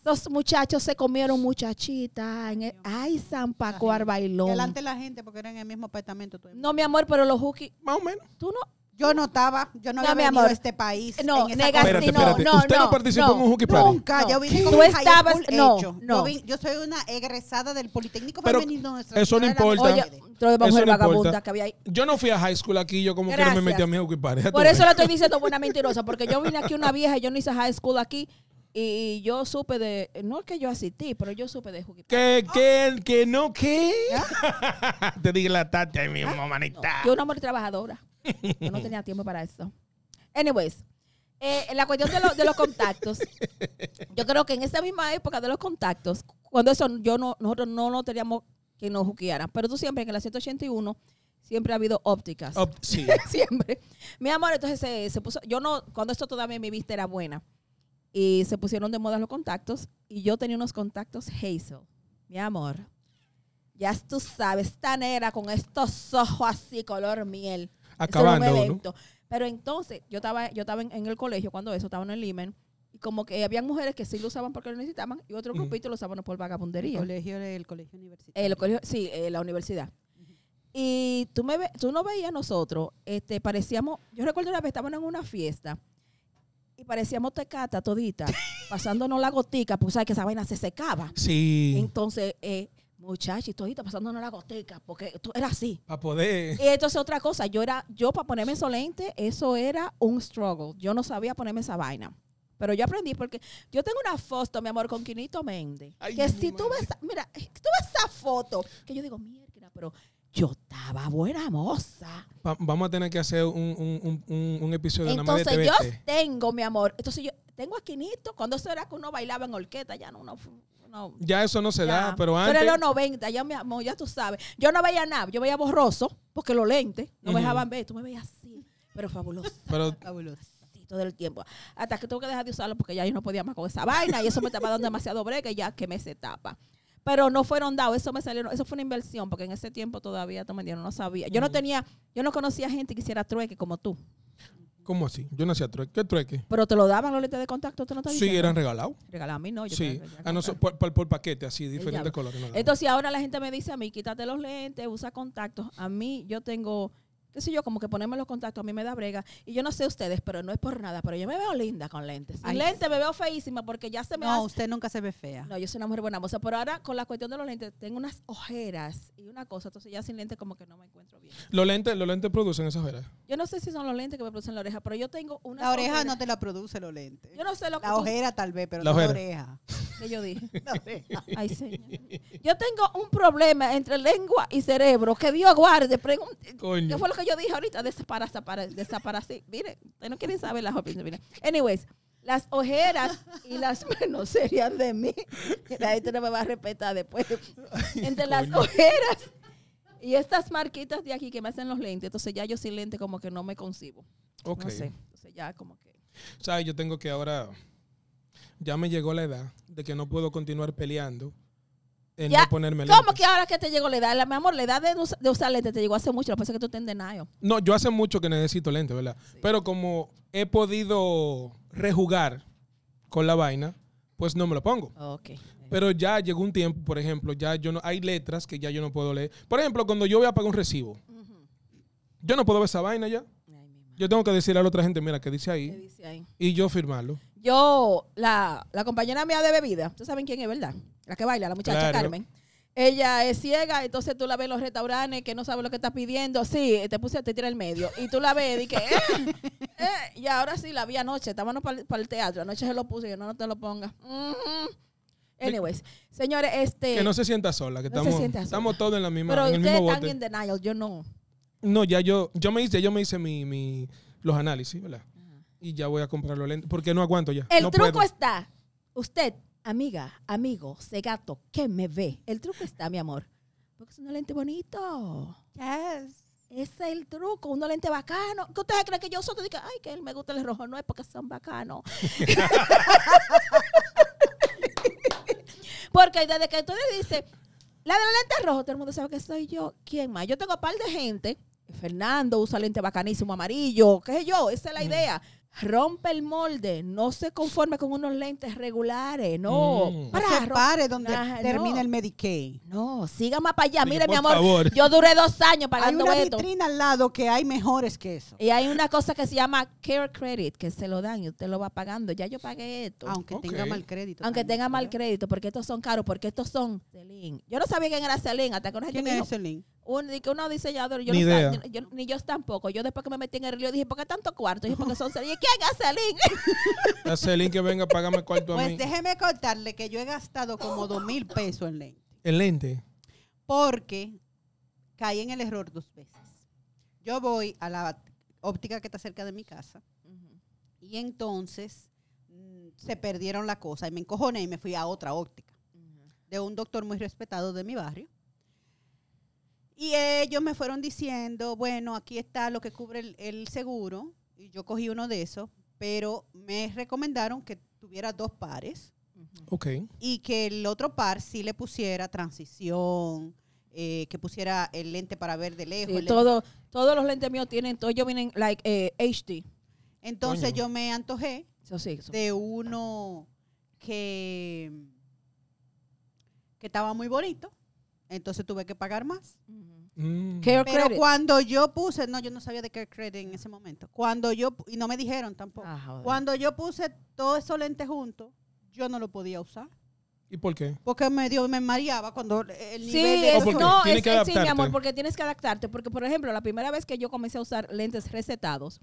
Speaker 1: Esos muchachos se comieron muchachitas. en el- ay, San Paco Arbailón.
Speaker 3: Delante de la gente porque era en el mismo apartamento. todo el mundo.
Speaker 1: No, mi amor, pero los hooky.
Speaker 2: Más o menos.
Speaker 1: Tú no.
Speaker 3: Yo no estaba, yo no,
Speaker 1: No,
Speaker 3: había
Speaker 1: mi
Speaker 3: venido
Speaker 1: amor.
Speaker 3: a este país.
Speaker 1: No,
Speaker 3: en esa
Speaker 1: negas-
Speaker 3: cosa.
Speaker 2: Espérate,
Speaker 1: no,
Speaker 2: espérate.
Speaker 1: no,
Speaker 2: ¿Usted no,
Speaker 1: no,
Speaker 2: participó
Speaker 1: no.
Speaker 2: en un hookie party?
Speaker 3: Nunca,
Speaker 1: No.
Speaker 3: yo vine
Speaker 1: Tú
Speaker 3: con un high
Speaker 1: estabas-
Speaker 3: school
Speaker 1: no,
Speaker 3: hecho.
Speaker 1: no.
Speaker 3: Yo, vin- yo soy una egresada del Politécnico
Speaker 2: Pero
Speaker 3: Femenino. de
Speaker 2: eso no
Speaker 3: Nuestra Señora de la
Speaker 2: importa.
Speaker 1: Oye,
Speaker 2: Ahorita.
Speaker 3: Mercedes.
Speaker 1: otra
Speaker 2: Eso
Speaker 1: mujer
Speaker 2: no
Speaker 1: vagabunda
Speaker 2: importa.
Speaker 1: que había ahí.
Speaker 2: Yo no fui a high school aquí, yo como quiera me
Speaker 1: Gracias.
Speaker 2: metí a mi hookie party. Ya tú
Speaker 1: Por eso le
Speaker 2: ves.
Speaker 1: estoy diciendo buena mentira, mentirosa, porque yo vine aquí una vieja, yo no hice high school aquí y yo supe de, no es que yo asistí, pero yo supe de Juki.
Speaker 2: Que, que, que no, que. Te dilataste ahí mismo, manita.
Speaker 1: Ah, Yo una mujer trabajadora, yo no tenía tiempo para eso. Anyways, eh, en la cuestión de, lo- de los contactos, yo creo que en esa misma época de los contactos, cuando eso yo no, nosotros no, no teníamos que nos juquearan, pero tú siempre en la 181 siempre ha habido ópticas.
Speaker 2: Oh, sí.
Speaker 1: siempre. Mi amor, entonces se, se puso, yo no, cuando esto todavía mi vista era buena, y se pusieron de moda los contactos, y yo tenía unos contactos Hazel. Mi amor, ya tú sabes, tan era con estos ojos así, color miel. Eso era
Speaker 2: Acabando.
Speaker 1: un
Speaker 2: ¿no?
Speaker 1: evento. Pero entonces, yo estaba, yo estaba en, en el colegio cuando eso, estaba en el Limen, y como que habían mujeres que sí lo usaban porque lo necesitaban, y otro
Speaker 2: Ujú.
Speaker 1: grupito lo usaban por
Speaker 3: El
Speaker 1: vagabundería.
Speaker 3: colegio, el colegio universitario.
Speaker 1: Eh, el colegio- sí, eh, la universidad. Y tú me ve- tú no veías nosotros, este, parecíamos, yo recuerdo una vez estábamos en una fiesta y parecíamos tecata todita, pasándonos la gotica, pues sabes que esa vaina se secaba.
Speaker 2: Sí.
Speaker 1: Entonces, eh, muchachos, todita pasándonos la gotica, porque tú era así.
Speaker 2: Para poder.
Speaker 1: Y entonces otra cosa, yo era, yo para ponerme solente, eso era un struggle. Yo no sabía ponerme esa vaina. Pero yo aprendí porque yo tengo una foto, mi amor, con Quinito Méndez.
Speaker 2: Ay,
Speaker 1: que
Speaker 2: mi
Speaker 1: si tú
Speaker 2: madre.
Speaker 1: ves, mira, eh, tú ves esa foto, que yo digo, mierda, pero yo estaba buena moza.
Speaker 2: Va- vamos a tener que hacer un, un, un, un, un episodio nada más de
Speaker 1: Entonces yo
Speaker 2: TVT.
Speaker 1: tengo, mi amor, entonces yo tengo a Quinito, cuando eso era que uno bailaba en orquesta, ya no, no, no
Speaker 2: Ya eso no se da,
Speaker 1: ya.
Speaker 2: pero
Speaker 1: Eso
Speaker 2: antes.
Speaker 1: era los 90, ya, mi amor, ya tú sabes. Yo no veía nada, yo veía borroso, porque los lentes no me
Speaker 2: Ujú.
Speaker 1: dejaban ver, tú me veías así, pero fabuloso.
Speaker 2: Pero
Speaker 3: Fabuloso.
Speaker 1: así todo el tiempo. Hasta que tuve que dejar de usarlo porque ya yo no podía más con esa vaina y eso me estaba dando demasiado brega y ya que me se tapa. Pero no fueron dados, eso me salieron, eso fue una inversión porque en ese tiempo todavía tú me entiendes, no sabía. Yo no
Speaker 2: Ujú.
Speaker 1: tenía, yo no conocía gente que hiciera trueque como tú,
Speaker 2: ¿Cómo así? Yo no hacía trueque. ¿Qué trueque?
Speaker 1: pero te lo daban los lentes de contacto, tú no estás
Speaker 2: Sí,
Speaker 1: diciendo?
Speaker 2: eran regalados.
Speaker 1: Regalado a mí no, yo
Speaker 2: Sí,
Speaker 1: tenía que-
Speaker 2: a nosotros por, por- por paquete, así,
Speaker 1: diablo.
Speaker 2: diferentes colores. nada más.
Speaker 1: Entonces ahora la gente me dice a mí, quítate los lentes, usa contactos. A mí yo tengo qué sé yo, como que ponerme los contactos, a mí me da brega. Y yo no sé ustedes, pero no es por nada, pero yo me veo linda con lentes. Sin
Speaker 3: Ay,
Speaker 1: lentes me veo feísima porque ya se me
Speaker 3: No,
Speaker 1: hace-
Speaker 3: usted nunca se ve fea.
Speaker 1: No, yo soy una mujer buena moza, pero ahora con la cuestión de los lentes tengo unas ojeras y una cosa, entonces ya sin lentes como que no me encuentro bien.
Speaker 2: Los lentes, los lentes producen esas veras.
Speaker 1: Yo no sé si son los lentes que me producen la oreja, pero yo tengo una
Speaker 3: La oreja no te la produce los lentes.
Speaker 1: Yo no sé lo que
Speaker 3: La
Speaker 1: tú-
Speaker 3: ojera tal vez, pero
Speaker 2: La
Speaker 3: no la oreja.
Speaker 2: ojera.
Speaker 1: que yo dije.
Speaker 3: La oreja.
Speaker 1: Ay, señor. Yo tengo un problema entre lengua y cerebro. Que Dios guarde. Pregunte.
Speaker 2: Coño.
Speaker 1: ¿Qué fue lo que yo dije ahorita? Desaparasa, para, desaparasi. Mire, ustedes no quieren saber las opiniones. mire. Anyways, las ojeras y las manos serían de mí. La gente no me va a respetar después. Entre las
Speaker 2: coño.
Speaker 1: ojeras y estas marquitas de aquí que me hacen los lentes. Entonces ya yo sin lente como que no me concibo.
Speaker 2: Ok.
Speaker 1: No sé. Entonces ya como que...
Speaker 2: ¿Sabes? Yo tengo que ahora. Ya me llegó la edad de que no puedo continuar peleando en
Speaker 1: Ya,
Speaker 2: no ponerme
Speaker 1: ¿Cómo
Speaker 2: lentes.
Speaker 1: que ahora que te llegó la edad? La, mi amor, la edad de, us- de usar lentes te llegó hace mucho. Lo que pasa es que tú te en denial.
Speaker 2: No, yo hace mucho que necesito lentes, ¿verdad? Pero como he podido rejugar con la vaina, pues no me lo pongo.
Speaker 1: Ok.
Speaker 2: Pero ya llegó un tiempo, por ejemplo, ya yo no hay letras que ya yo no puedo leer. Por ejemplo, cuando yo voy a pagar un recibo, yo no puedo ver esa vaina ya. Yo tengo que decirle a la otra gente, mira, que dice
Speaker 1: ¿Qué
Speaker 2: ahí
Speaker 1: dice ahí?
Speaker 2: y yo firmarlo.
Speaker 1: Yo, la, la compañera mía de bebida, ustedes saben quién es, ¿verdad? La que baila, la muchacha
Speaker 2: Claro.
Speaker 1: Carmen. Ella es ciega, entonces tú la ves en los restaurantes que no sabe lo que está pidiendo. Sí, te puse, te tira el medio. Y tú la ves y que, eh, eh, y ahora sí, la vi anoche, estábamos para el teatro. Anoche se lo puse y yo, no, no te lo pongas. Ujú. Anyways, señores, este...
Speaker 2: Que no se sienta sola, que
Speaker 1: No se
Speaker 2: estamos,
Speaker 1: sienta sola.
Speaker 2: estamos todos en la misma,
Speaker 1: pero
Speaker 2: en el
Speaker 1: ustedes
Speaker 2: mismo
Speaker 1: están
Speaker 2: bote.
Speaker 1: en denial, yo no.
Speaker 2: No, ya yo, yo me hice, yo me hice mi, mi- los análisis, ¿verdad? Y ya voy a comprar los lentes, porque no aguanto ya.
Speaker 1: El
Speaker 2: no
Speaker 1: truco
Speaker 2: puedo.
Speaker 1: está. Usted, amiga, amigo, ese gato que me ve. El truco está, mi amor. Porque es un lente bonito. Ese es el truco, un lente bacano. ¿Qué ustedes creen que yo soy? Digo, ay, que él me gusta el rojo. No es porque son bacanos. porque desde que tú le dices, la de los lentes rojos, todo el mundo sabe que soy yo. ¿Quién más? Yo tengo un par de gente. Fernando usa lente bacanísimo, amarillo, qué sé yo, esa es
Speaker 2: Mm.
Speaker 1: la idea. Rompe el molde, no se conforme con unos lentes regulares, no.
Speaker 2: Mm.
Speaker 1: Para,
Speaker 3: No se
Speaker 1: rom-
Speaker 3: pare donde
Speaker 1: Ajá,
Speaker 3: termina
Speaker 1: no.
Speaker 3: el Medicaid.
Speaker 1: No, siga más para allá.
Speaker 2: Digo,
Speaker 1: Mire, mi
Speaker 2: por
Speaker 1: amor,
Speaker 2: favor.
Speaker 1: yo duré dos años
Speaker 3: Hay
Speaker 1: pagando
Speaker 3: una
Speaker 1: esto.
Speaker 3: vitrina al lado que hay mejores que eso.
Speaker 1: Y hay una cosa que se llama care credit, que se lo dan y usted lo va pagando. Ya yo pagué esto. Aunque,
Speaker 3: Aunque
Speaker 2: Ok.
Speaker 3: tenga mal crédito. también,
Speaker 1: tenga mal
Speaker 3: ¿verdad?
Speaker 1: crédito, porque estos son caros, porque estos son Celine. Yo no sabía quién era Celine, hasta que una gente
Speaker 3: ¿Quién
Speaker 1: me dijo,
Speaker 3: es Celine?
Speaker 1: un, di que uno diseñador, yo
Speaker 2: Ni
Speaker 1: no
Speaker 2: idea.
Speaker 1: sab- yo- yo- ni yo tampoco. Yo después que me metí en el río dije, ¿por qué tanto cuarto? Dije, porque son Celine. ¿Y ¿Quién es Celine?
Speaker 2: A Celine que venga a pagarme cuarto a mí.
Speaker 3: Pues déjeme contarle que yo he gastado como dos mil pesos en lente.
Speaker 2: El lente.
Speaker 3: porque caí en el error dos veces. Yo voy a la óptica que está cerca de mi casa y entonces mm, se perdieron la cosa y me encojoné y me fui a otra óptica de un doctor muy respetado de mi barrio. Y ellos me fueron diciendo, bueno, aquí está lo que cubre el, el seguro y yo cogí uno de esos, pero me recomendaron que tuviera dos pares
Speaker 2: Ok.
Speaker 3: y que el otro par sí le pusiera transición, eh, que pusiera el lente para ver de lejos.
Speaker 1: Sí,
Speaker 3: el lente-
Speaker 1: todo- todos los lentes míos tienen, todos ellos vienen like eh, HD.
Speaker 3: Entonces
Speaker 2: Coño.
Speaker 3: yo me antojé
Speaker 1: Eso sí, eso.
Speaker 3: de uno que, que estaba muy bonito, entonces tuve que pagar más.
Speaker 1: Ujú.
Speaker 2: Mm.
Speaker 1: Care
Speaker 3: Pero
Speaker 1: credit.
Speaker 3: cuando yo puse, no, yo no sabía de qué credit en ese momento. Cuando yo, pu- y no me dijeron tampoco.
Speaker 1: Ah, joder.
Speaker 3: Cuando yo puse todos esos lentes juntos, yo no lo podía usar.
Speaker 2: ¿Y por qué?
Speaker 3: Porque me dio, me mareaba cuando el
Speaker 1: Sí,
Speaker 3: nivel de
Speaker 1: es-
Speaker 2: O porque
Speaker 1: no,
Speaker 2: tienes
Speaker 1: es,
Speaker 2: que
Speaker 1: es- sí, mi
Speaker 2: adaptarte.
Speaker 1: amor, porque tienes que adaptarte. Porque, por ejemplo, la primera vez que yo comencé a usar lentes recetados,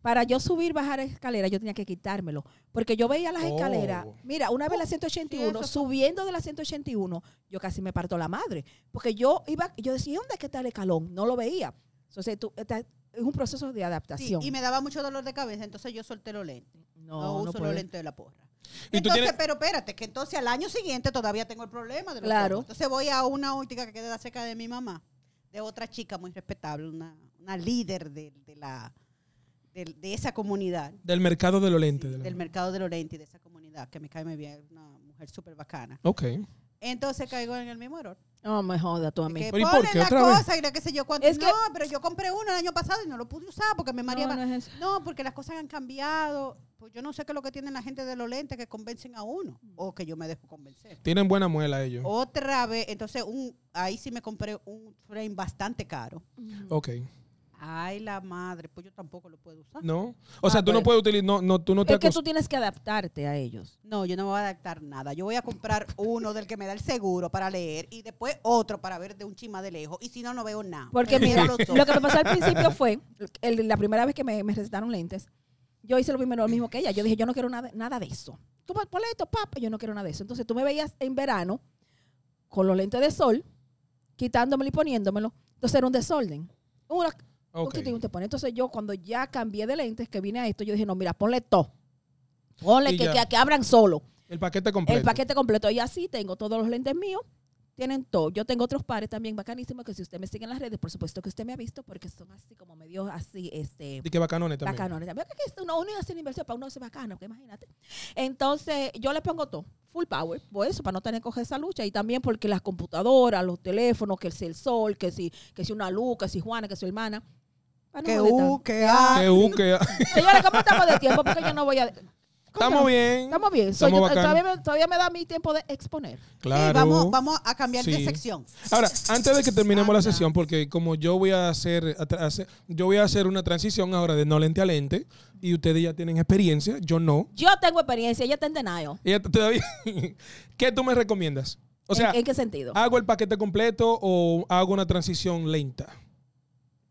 Speaker 1: para yo subir, bajar escaleras, yo tenía que quitármelo. Porque yo veía las
Speaker 2: Oh.
Speaker 1: escaleras. Mira, una vez la 181,
Speaker 3: eso fue-
Speaker 1: subiendo de la 181, yo casi me parto la madre. Porque yo iba, yo decía, ¿dónde es que está el escalón? No lo veía. Entonces, tú, está- es un proceso de
Speaker 3: Sí,
Speaker 1: adaptación.
Speaker 3: y me daba mucho dolor de cabeza, entonces yo solté los lentes. No, uso
Speaker 1: puede.
Speaker 3: los lentes de la porra.
Speaker 2: Y tú
Speaker 3: Entonces,
Speaker 2: tienes-
Speaker 3: pero espérate, que entonces al año siguiente todavía tengo el problema de los
Speaker 1: Claro.
Speaker 3: ojos. Entonces voy a una óptica que queda cerca de mi mamá, de otra chica muy respetable, una, una líder de, de la, de, de esa comunidad,
Speaker 2: Del mercado de los
Speaker 3: sí,
Speaker 2: lentes. de la-
Speaker 3: del mercado de los lentes y de esa comunidad, que me cae muy bien, una mujer súper bacana.
Speaker 2: Ok.
Speaker 3: Entonces caigo en el mismo error.
Speaker 1: No me joda tú a
Speaker 3: de
Speaker 1: mí.
Speaker 3: Que
Speaker 2: Pero, ¿y por
Speaker 3: ponen
Speaker 2: qué?
Speaker 3: la
Speaker 2: ¿Otra vez?
Speaker 3: cosa y la qué sé yo cuánto.
Speaker 1: Es
Speaker 3: no,
Speaker 1: que-
Speaker 3: pero yo compré uno el año pasado y no lo pude usar porque me mareaba.
Speaker 1: No, no es eso.
Speaker 3: No, porque las cosas han cambiado. Pues yo no sé qué es lo que tienen la gente de los lentes que convencen a uno
Speaker 1: Mm.
Speaker 3: o que yo me dejo convencer.
Speaker 2: Tienen buena muela ellos.
Speaker 1: Oh.
Speaker 3: Otra vez, entonces un, ahí sí me compré un frame bastante caro.
Speaker 2: Ok.
Speaker 3: Ay, la madre, pues yo tampoco lo puedo usar.
Speaker 2: No. O sea, tú no
Speaker 4: bueno.
Speaker 2: puedes utilizar. No, no, tú no te
Speaker 1: Ah, pues. Es que
Speaker 2: acos-
Speaker 1: tú tienes que adaptarte a ellos.
Speaker 3: No, yo no me voy a adaptar nada. Yo voy a comprar uno del que me da el seguro para leer y después otro para ver de un chima de lejos. Y si no, no veo nada.
Speaker 1: Porque
Speaker 3: Me
Speaker 1: mira,
Speaker 3: cierro los ojos.
Speaker 1: lo que me pasó al principio fue, el- la primera vez que me, me recetaron lentes, yo hice lo primero lo mismo que ella. Yo dije, yo no quiero nada, nada de eso. Tú pon- ponle esto, papá, yo no quiero nada de eso. Entonces tú me veías en verano con los lentes de sol, quitándomelo y poniéndomelo. Entonces era un desorden. Una,
Speaker 2: Ok.
Speaker 1: un quita y un te pone. Entonces yo cuando ya cambié de lentes, que vine a esto, yo dije, no, mira, ponle todo. Ponle
Speaker 2: Y
Speaker 1: que,
Speaker 2: ya.
Speaker 1: que, que abran solo.
Speaker 2: El paquete completo.
Speaker 1: El paquete completo. Y así tengo todos los lentes míos. Tienen todo. Yo tengo otros pares también bacanísimos que si usted me sigue en las redes, por supuesto que usted me ha visto porque son así como medio así, este,
Speaker 2: Y que bacanones también.
Speaker 1: bacanones. También que es uno, uno hace una inversión para uno hacer bacana, porque imagínate. Entonces, yo le pongo todo, full power, por eso, para no tener que coger esa lucha. Y también porque las computadoras, los teléfonos, que si el sol, que si, que si una luz, que si Juana, que su hermana. para no
Speaker 3: Que
Speaker 1: molestar.
Speaker 3: U, que ah, A.
Speaker 2: Que u, que-
Speaker 1: Señores, Ah, ¿cómo estamos de tiempo? Porque yo no voy a...
Speaker 2: Estamos bien.
Speaker 1: Estamos bien. Soy yo-
Speaker 2: Estamos
Speaker 1: eh,
Speaker 2: bacán.
Speaker 1: todavía, me, todavía me da mi tiempo de exponer.
Speaker 2: Claro.
Speaker 3: Sí, eh, vamos, vamos a cambiar
Speaker 2: Sí.
Speaker 3: de sección.
Speaker 2: Ahora, antes de que terminemos la
Speaker 3: Anda.
Speaker 2: sesión, porque como yo voy a hacer, a tra- hacer- yo voy a hacer una transición ahora de no lente a lente, y ustedes ya tienen experiencia, yo no.
Speaker 1: Yo tengo experiencia, ella está en denial.
Speaker 2: Ella t- todavía. ¿Qué tú me recomiendas? O sea, ah,
Speaker 1: ¿En, en qué sentido?
Speaker 2: ¿hago el paquete completo o hago una transición lenta?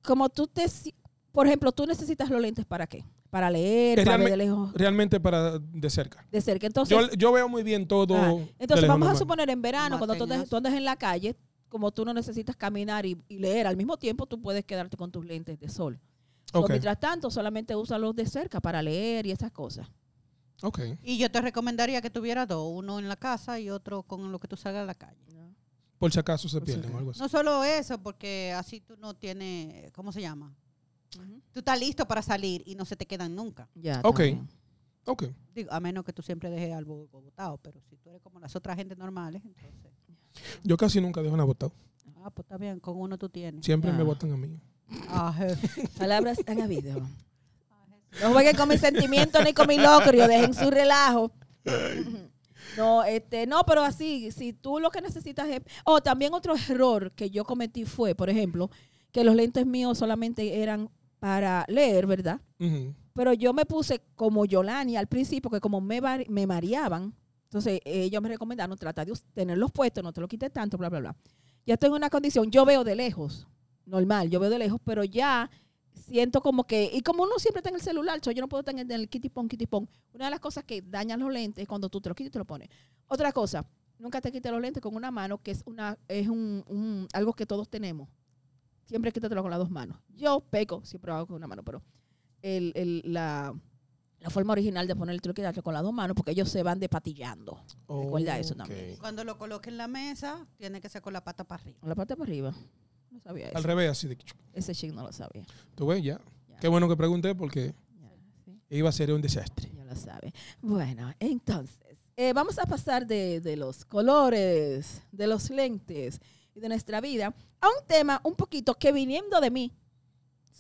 Speaker 1: Como tú te... si- Por ejemplo, tú necesitas los lentes para qué? Para leer,
Speaker 2: Es
Speaker 1: para ver de
Speaker 2: realme-
Speaker 1: lejos,
Speaker 2: Realmente para de cerca.
Speaker 1: de cerca. Entonces,
Speaker 2: Yo, yo veo muy bien todo.
Speaker 1: Ah,
Speaker 2: de
Speaker 1: Entonces
Speaker 2: lejos
Speaker 1: vamos a
Speaker 2: normal.
Speaker 1: suponer en verano,
Speaker 3: Vamos a
Speaker 1: cuando tú andas,
Speaker 3: tener-
Speaker 1: tú andas en la calle, como tú no necesitas caminar y, y leer al mismo tiempo, tú puedes quedarte con tus lentes de sol. So,
Speaker 2: Ok,
Speaker 1: mientras tanto, solamente usa los de cerca para leer y esas cosas.
Speaker 2: ok.
Speaker 3: Y yo te recomendaría que tuviera dos, uno en la casa y otro con lo que tú salgas a la calle.
Speaker 2: Por si acaso se
Speaker 1: Por si
Speaker 2: pierden o algo así.
Speaker 3: No solo eso, porque así tú no tienes, ¿cómo se llama? Tú estás listo para salir y no se te quedan nunca.
Speaker 1: Ya.
Speaker 2: Ok.
Speaker 1: también.
Speaker 2: Ok.
Speaker 3: Digo, a menos que tú siempre dejes algo botado, pero si tú eres como las otras gentes normales, entonces,
Speaker 2: Yo casi nunca dejo una botada.
Speaker 3: ah, pues está bien, con uno tú tienes.
Speaker 2: Siempre me
Speaker 1: Ah.
Speaker 2: botan a mí.
Speaker 3: Ah, jefe.
Speaker 1: Palabras han habido. No jueguen con mis sentimientos ni con mi locrio, dejen su relajo. No, este, no, pero así, si tú lo que necesitas es. Oh, también otro error que yo cometí fue, por ejemplo, que los lentes míos solamente eran para leer, ¿verdad?
Speaker 2: Ujú.
Speaker 1: Pero yo me puse como Yolani al principio, que como me, var- me mareaban, entonces eh, ellos me recomendaron, trata de us- tenerlos puestos, no te lo quites tanto, bla, bla, bla. Ya estoy en una condición, yo veo de lejos, normal, yo veo de lejos, pero ya siento como que, y como uno siempre está en el celular, so, yo no puedo estar en el kitipón, kitipón. Una de las cosas que dañan los lentes es cuando tú te los quitas y te los pones. Otra cosa, nunca te quites los lentes con una mano, que es, una, es un, un- algo que todos tenemos. Siempre quítatelo con las dos manos. Yo peco, siempre lo hago con una mano, pero el, el- la, la forma original de poner el truque de con las dos manos porque ellos se van despatillando. Recuerda eso
Speaker 2: Ok.
Speaker 1: también.
Speaker 3: Cuando lo coloques en la mesa, tiene que ser con la pata para arriba.
Speaker 1: Con la parte para arriba. No sabía
Speaker 2: Al
Speaker 1: eso.
Speaker 2: revés, así de que.
Speaker 1: Ese chick no lo sabía.
Speaker 2: ¿Tú ves? Ya.
Speaker 1: Ya.
Speaker 2: Qué bueno que pregunté porque
Speaker 1: Ya, sí,
Speaker 2: iba a ser un desastre.
Speaker 1: ya lo sabe. Bueno, entonces, eh, vamos a pasar de, de los colores, de los lentes y de nuestra vida a un tema un poquito que viniendo de mí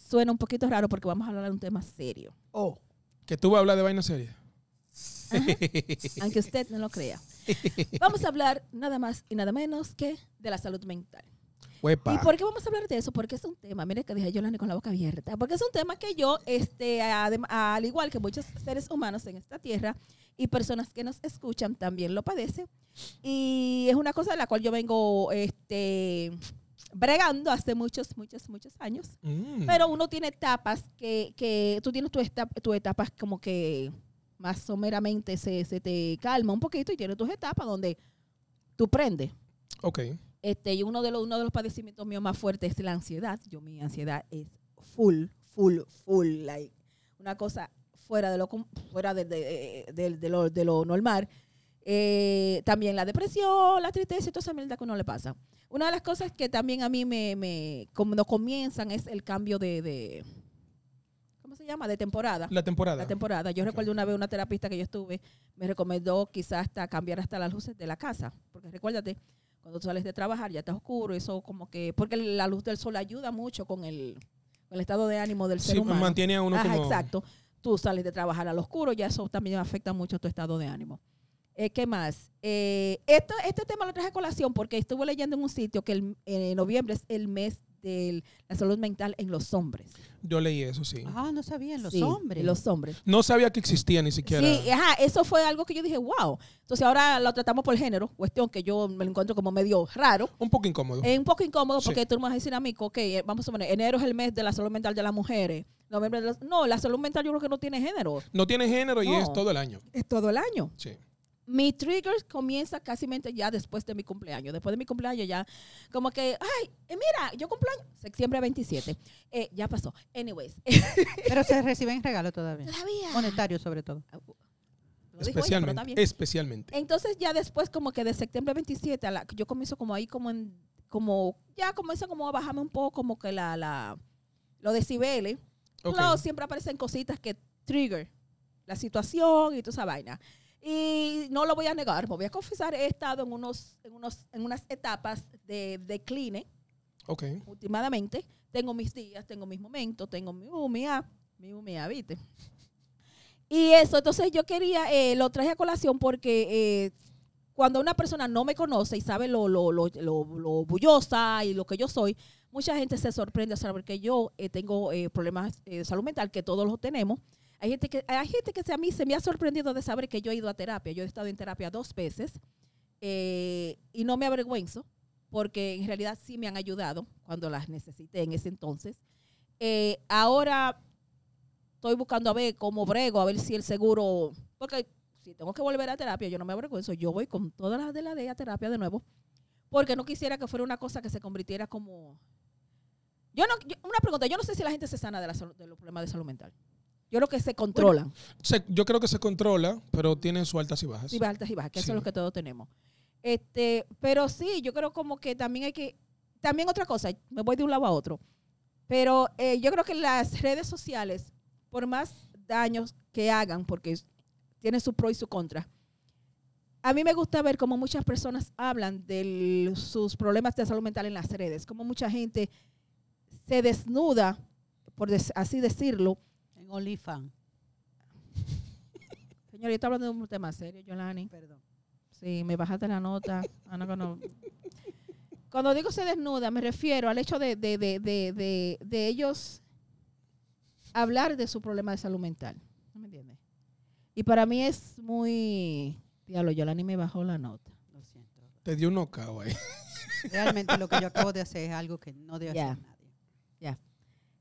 Speaker 1: suena un poquito raro porque vamos a hablar de un tema serio.
Speaker 3: Oh.
Speaker 2: Que tú vas a hablar de vaina seria.
Speaker 1: aunque usted no lo crea. Vamos a hablar nada más y nada menos que de la salud mental.
Speaker 2: Huepa.
Speaker 1: ¿Y por qué vamos a hablar de eso? Porque es un tema, mire que dije Yolanda con la boca abierta, porque es un tema que yo, este, adem- al igual que muchos seres humanos en esta tierra y personas que nos escuchan también lo padecen, y es una cosa de la cual yo vengo este, bregando hace muchos, muchos, muchos años.
Speaker 2: Mm.
Speaker 1: Pero uno tiene etapas que, que tú tienes tus esta- tus etapas como que más someramente se, se te calma un poquito y tienes tus etapas donde tú prendes.
Speaker 2: Ok.
Speaker 1: Este, y uno de, los, uno de los padecimientos míos más fuertes es la ansiedad. Yo mi ansiedad es full, full, full, like una cosa fuera de lo com- fuera de, de- de- de lo, de lo normal. Eh, también la depresión, la tristeza y toda esa mierda que uno le pasa. Una de las cosas que también a mí me, me como no comienzan es el cambio de, de- ¿cómo se llama? De temporada.
Speaker 2: La temporada.
Speaker 1: La temporada. Yo
Speaker 2: Ok.
Speaker 1: recuerdo una vez una terapista que yo estuve, me recomendó quizás hasta cambiar hasta las luces de la casa. Porque recuérdate, cuando tú sales de trabajar ya está oscuro, eso como que, porque la luz del sol ayuda mucho con el, con el estado de ánimo del ser
Speaker 2: sí,
Speaker 1: humano.
Speaker 2: mantiene a uno
Speaker 1: Ajá,
Speaker 2: como.
Speaker 1: exacto. Tú sales de trabajar al oscuro, ya eso también afecta mucho tu estado de ánimo. Eh, ¿Qué más? Eh, esto, este tema lo traje a colación porque estuve leyendo en un sitio que el, en eh, noviembre es el mes de la salud mental en los hombres.
Speaker 2: Yo leí eso, sí.
Speaker 3: Ah, no sabían los
Speaker 1: Sí,
Speaker 3: hombres.
Speaker 1: en los hombres.
Speaker 2: No sabía que existía ni siquiera.
Speaker 1: Sí, eh, ajá, eso fue algo que yo dije, wow. Entonces ahora lo tratamos por género, cuestión que yo me lo encuentro como medio raro.
Speaker 2: Un poco incómodo.
Speaker 1: Es un poco incómodo porque
Speaker 2: Sí.
Speaker 1: tú me vas a decir a mí, ok, eh, vamos a poner, enero es el mes de la salud mental de las mujeres. noviembre de las- no, la salud mental yo creo que no tiene género.
Speaker 2: no tiene género y
Speaker 1: No.
Speaker 2: es todo el año.
Speaker 1: Es todo el año.
Speaker 2: Sí.
Speaker 1: Mi trigger comienza casi ya después de mi cumpleaños. Después de mi cumpleaños ya, como que, ay, eh, mira, yo cumpleaños, septiembre 27. Eh, ya pasó. Anyways,
Speaker 3: Pero se reciben regalos todavía.
Speaker 1: todavía.
Speaker 3: Monetarios sobre todo.
Speaker 1: Lo dijo ella, pero está
Speaker 2: Especialmente.
Speaker 1: bien.
Speaker 2: Especialmente.
Speaker 1: Entonces ya después como que de septiembre 27 a la, yo comienzo como ahí como en, como ya comienzo como a bajarme un poco como que la la los decibeles.
Speaker 2: Ok.
Speaker 1: Claro, siempre aparecen cositas que trigger la situación y toda esa vaina. Y no lo voy a negar, me voy a confesar, he estado en unos en unos en unas etapas de decline
Speaker 2: Ok.
Speaker 1: últimamente. Tengo mis días, tengo mis momentos, tengo mi humia, mi humia, ¿viste? Y eso, entonces yo quería, eh, lo traje a colación porque eh, cuando una persona no me conoce y sabe lo, lo, lo, lo, lo bullosa y lo que yo soy, mucha gente se sorprende a saber que yo eh, tengo eh, problemas eh, de salud mental, que todos los tenemos. Hay gente que, hay gente que se- a mí se me ha sorprendido de saber que yo he ido a terapia. Yo he estado en terapia dos veces eh, y no me avergüenzo porque en realidad sí me han ayudado cuando las necesité en ese entonces. Eh, ahora estoy buscando a ver cómo brego, a ver si el seguro, porque si tengo que volver a terapia, yo no me avergüenzo, yo voy con todas las de la ley a terapia de nuevo, porque no quisiera que fuera una cosa que se convirtiera como... Yo no, yo- una pregunta, yo no sé si la gente se sana de, la salud- de los problemas de salud mental. Yo creo que se controlan.
Speaker 2: Se- yo creo que se controla, pero tiene sus altas y bajas.
Speaker 1: Sí, altas y bajas, que
Speaker 2: Sí.
Speaker 1: eso es lo que todos tenemos. Este, pero sí, yo creo como que también hay que, también otra cosa, me voy de un lado a otro, pero eh, yo creo que las redes sociales, por más daños que hagan, porque es- tiene su pro y su contra, a mí me gusta ver cómo muchas personas hablan de sus problemas de salud mental en las redes, cómo mucha gente se desnuda, por des- así decirlo.
Speaker 3: En OnlyFans.
Speaker 1: Señor, yo estoy hablando de un tema serio, Yolani.
Speaker 3: Perdón.
Speaker 1: Sí, me bajaste la nota. Ah, no, que no. Cuando digo se desnuda, me refiero al hecho de, de, de, de, de, de ellos hablar de su problema de salud mental. ¿No me entiendes? Y para mí es muy... Diablo, Yolani me bajó la nota.
Speaker 3: Lo siento.
Speaker 2: Te dio un knockout ahí.
Speaker 3: Realmente lo que yo acabo de hacer es algo que no debe
Speaker 1: Ya.
Speaker 3: hacer nadie.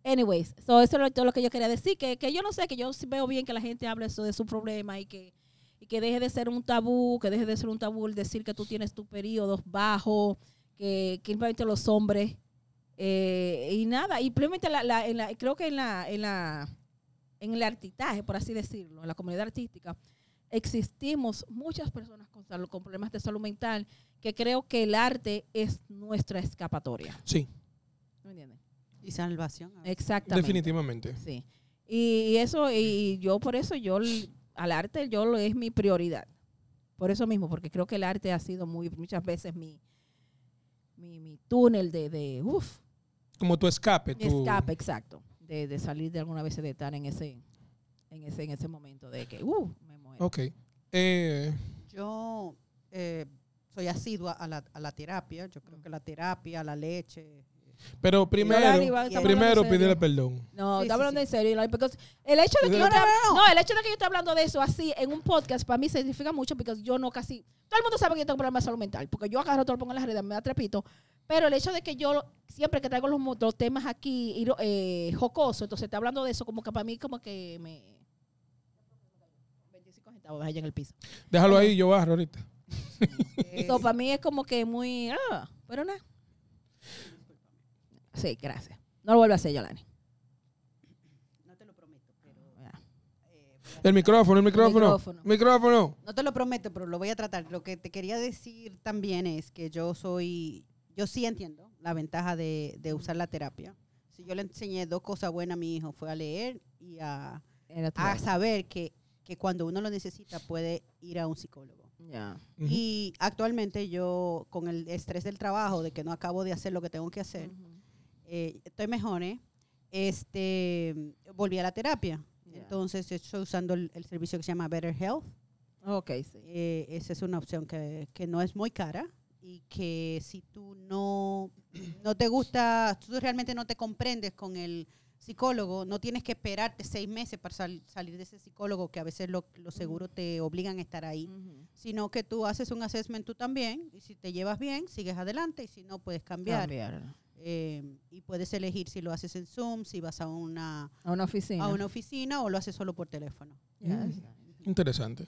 Speaker 1: Anyways, so eso es lo- todo lo que yo quería decir, que, que yo no sé, que yo sí veo bien que la gente hable eso de su problema y que, y que deje de ser un tabú, que deje de ser un tabú el decir que tú tienes tu periodo bajo, que, que simplemente los hombres, eh, y nada, y simplemente la, la- en la- creo que en la, en la en el artitaje, por así decirlo, en la comunidad artística, existimos muchas personas con, salud- con problemas de salud mental que creo que el arte es nuestra escapatoria.
Speaker 2: Sí,
Speaker 1: ¿Me entiendes?
Speaker 3: Y salvación. a veces.
Speaker 1: Exactamente.
Speaker 2: definitivamente.
Speaker 1: Sí. Y, y eso, y yo por eso, yo l- al arte, yo lo es mi prioridad. Por eso mismo, porque creo que el arte ha sido muy, muchas veces mi, mi, mi túnel de, de uff,
Speaker 2: Como tu escape.
Speaker 1: mi
Speaker 2: tu-
Speaker 1: escape, exacto. De, de salir de alguna vez de estar en ese, en ese, en ese momento de que, uff, me muero.
Speaker 2: Ok. Eh,
Speaker 3: Yo eh, soy asidua a la, a la terapia. Yo creo que la terapia, la leche.
Speaker 2: pero
Speaker 1: Yolani,
Speaker 2: primero,
Speaker 1: va- estamos hablando
Speaker 2: primero
Speaker 1: en
Speaker 2: pídele
Speaker 1: serio.
Speaker 2: perdón.
Speaker 1: No,
Speaker 3: Sí,
Speaker 1: estoy
Speaker 3: sí,
Speaker 1: hablando
Speaker 3: sí.
Speaker 1: en serio. Yolanda, because El hecho de que yo
Speaker 2: No, no,
Speaker 1: te- no, el hecho de que yo esté hablando de eso así en un podcast para mí significa mucho porque yo no casi. Todo el mundo sabe que yo tengo problemas de salud mental porque yo agarro todo lo pongo en las redes, me da trepito. Pero el hecho de que yo lo- siempre que traigo los, mo- los temas aquí y lo- eh, jocoso, entonces está hablando de eso como que para mí como que me. 25 centavos allá en el piso.
Speaker 2: Déjalo ahí, yo barro ahorita.
Speaker 3: eh,
Speaker 1: So, para mí es como que muy. Ah, pero nada. Sí, gracias. No lo vuelvo a hacer, Yolani.
Speaker 3: no te lo prometo, pero.
Speaker 1: Ya.
Speaker 3: eh, voy a
Speaker 2: El micrófono, el micrófono.
Speaker 1: micrófono.
Speaker 2: Micrófono. micrófono.
Speaker 3: No te lo prometo, pero lo voy a tratar. Lo que te quería decir también es que yo soy, yo sí entiendo la ventaja de, de usar la terapia. Si yo le enseñé dos cosas buenas a mi hijo, fue a leer y a,
Speaker 1: Era tu-
Speaker 3: a saber que, que cuando uno lo necesita puede ir a un psicólogo.
Speaker 1: Ya.
Speaker 2: Ujú.
Speaker 3: Y actualmente yo, con el estrés del trabajo, de que no acabo de hacer lo que tengo que hacer,
Speaker 1: Ujú.
Speaker 3: eh, estoy mejor, ¿eh? Este, volví a la terapia.
Speaker 1: Ya.
Speaker 3: Entonces estoy usando el- el servicio que se llama Better Health.
Speaker 1: Ok, sí.
Speaker 3: Eh, esa es una opción que, que no es muy cara y y que si tú no, no te gusta, tú realmente no te comprendes con el psicólogo, no tienes que esperarte seis meses para sal- salir de ese psicólogo que a veces lo- los seguros te obligan a estar ahí, sino que tú haces un assessment tú también y si te llevas bien, sigues adelante y si no, puedes cambiar. Eh, y puedes elegir si lo haces en Zoom, si vas a una,
Speaker 1: A una oficina.
Speaker 3: a una oficina o lo haces solo por teléfono. Mm.
Speaker 2: Interesante.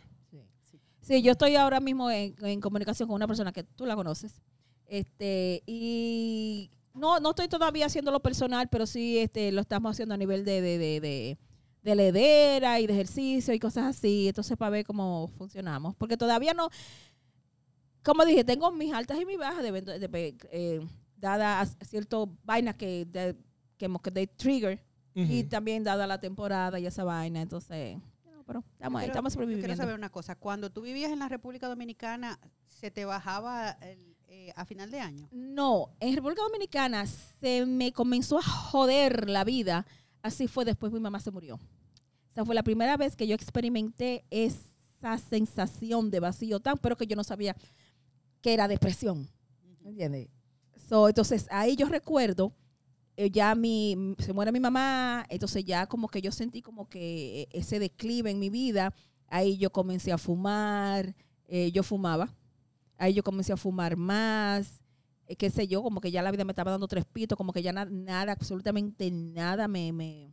Speaker 1: Sí, yo estoy ahora mismo en, en comunicación con una persona que tú la conoces. Este, y no, no estoy todavía haciéndolo personal, pero sí este, lo estamos haciendo a nivel de, de, de, de, de ledera y de ejercicio y cosas así. Entonces, para ver cómo funcionamos. Porque todavía no, como dije, tengo mis altas y mis bajas, de, de- de- eh, dadas ciertas vainas que, de, que hemos que de trigger. Y
Speaker 2: Ujú.
Speaker 1: también dada la temporada y esa vaina. Entonces, no, pero estamos, ahí,
Speaker 3: Quiero-
Speaker 1: estamos
Speaker 3: yo Quiero
Speaker 1: sobreviviendo.
Speaker 3: saber una cosa. Cuando tú vivías en la República Dominicana, ¿se te bajaba el, eh, a final de año?
Speaker 1: No, en República Dominicana se me comenzó a joder la vida. Así fue después mi mamá se murió. O sea, fue la primera vez que yo experimenté esa sensación de vacío tan, pero que yo no sabía que era depresión. ¿Entiendes? So, entonces, ahí yo recuerdo, eh, ya mi, se muere mi mamá, entonces ya como que yo sentí como que eh, ese declive en mi vida. Ahí yo comencé a fumar, eh, yo fumaba. Ahí yo comencé a fumar más, eh, qué sé yo, como que ya la vida me estaba dando tres pitos, como que ya na- nada, absolutamente nada me, me-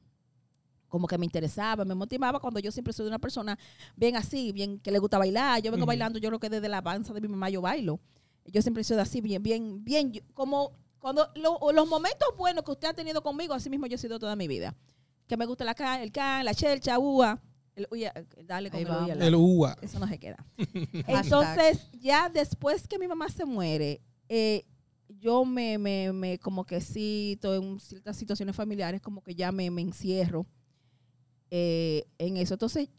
Speaker 1: como que me interesaba, me motivaba cuando yo siempre soy una persona bien así, bien que le gusta bailar. Yo vengo
Speaker 2: Ujú.
Speaker 1: bailando, yo lo que desde la panza de mi mamá yo bailo. Yo siempre soy así, bien, bien, bien, yo- como cuando lo- los momentos buenos que usted ha tenido conmigo, así mismo yo he sido toda mi vida. Que me gusta la ca- el can, la chelcha, ua, el, uya, dale con
Speaker 3: Ahí
Speaker 1: el uya,
Speaker 3: vamos.
Speaker 1: la-
Speaker 2: El UA.
Speaker 1: eso no se queda.
Speaker 3: Hashtag.
Speaker 1: Entonces, ya después que mi mamá se muere, eh, yo me, me, me como que sí, todo en ciertas situaciones familiares, como que ya me, me encierro eh, en eso. Entonces,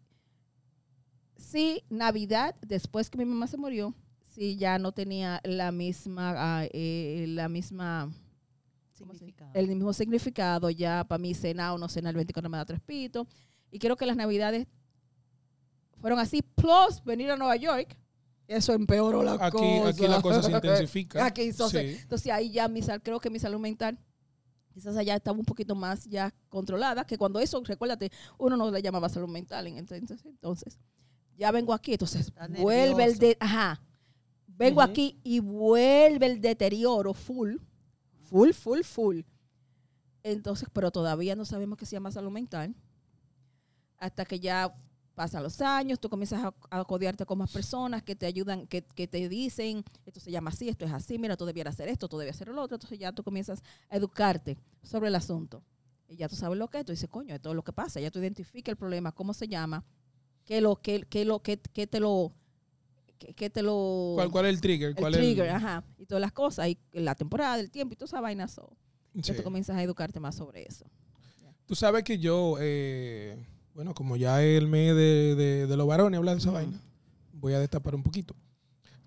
Speaker 1: sí, Navidad, después que mi mamá se murió, sí, ya no tenía la misma, ah, eh, la misma ¿Cómo se-
Speaker 3: Significado.
Speaker 1: el mismo significado ya para mí cenar o no cenar el 24 me da tres pitos. Y creo que las navidades fueron así, plus venir a Nueva York, eso empeoró la
Speaker 2: Aquí,
Speaker 1: cosa.
Speaker 2: aquí la cosa se intensifica.
Speaker 1: Aquí, entonces,
Speaker 2: Sí.
Speaker 1: entonces ahí ya mi sal, creo que mi salud mental quizás allá estaba un poquito más ya controlada, que cuando eso, recuérdate, uno no le llamaba salud mental. en- Entonces, entonces ya vengo aquí, entonces
Speaker 3: Está
Speaker 1: vuelve el
Speaker 3: nervioso.
Speaker 1: de, ajá, vengo
Speaker 2: Ujú.
Speaker 1: aquí y vuelve el deterioro full, full, full, full. Entonces, pero todavía no sabemos qué se llama salud mental. Hasta que ya pasan los años, tú comienzas a, a codearte con más personas que te ayudan, que, que te dicen, esto se llama así, esto es así, mira, tú debieras hacer esto, tú debías hacer lo otro. Entonces ya tú comienzas a educarte sobre el asunto. Y ya tú sabes lo que es, tú dices, coño, esto es lo que pasa. Ya tú identificas el problema, cómo se llama, qué lo, qué, qué lo, qué, qué te lo, qué, qué te lo...
Speaker 2: ¿Cuál, ¿Cuál es el trigger?
Speaker 1: el
Speaker 2: ¿Cuál es
Speaker 1: trigger, ajá, y todas las cosas, y la temporada, el tiempo, y toda esa vaina. so,
Speaker 2: Sí.
Speaker 1: Ya tú comienzas a educarte más sobre eso.
Speaker 2: Tú sabes que yo, eh, bueno, como ya es el mes de, de- de los varones habla de esa vaina, voy a destapar un poquito.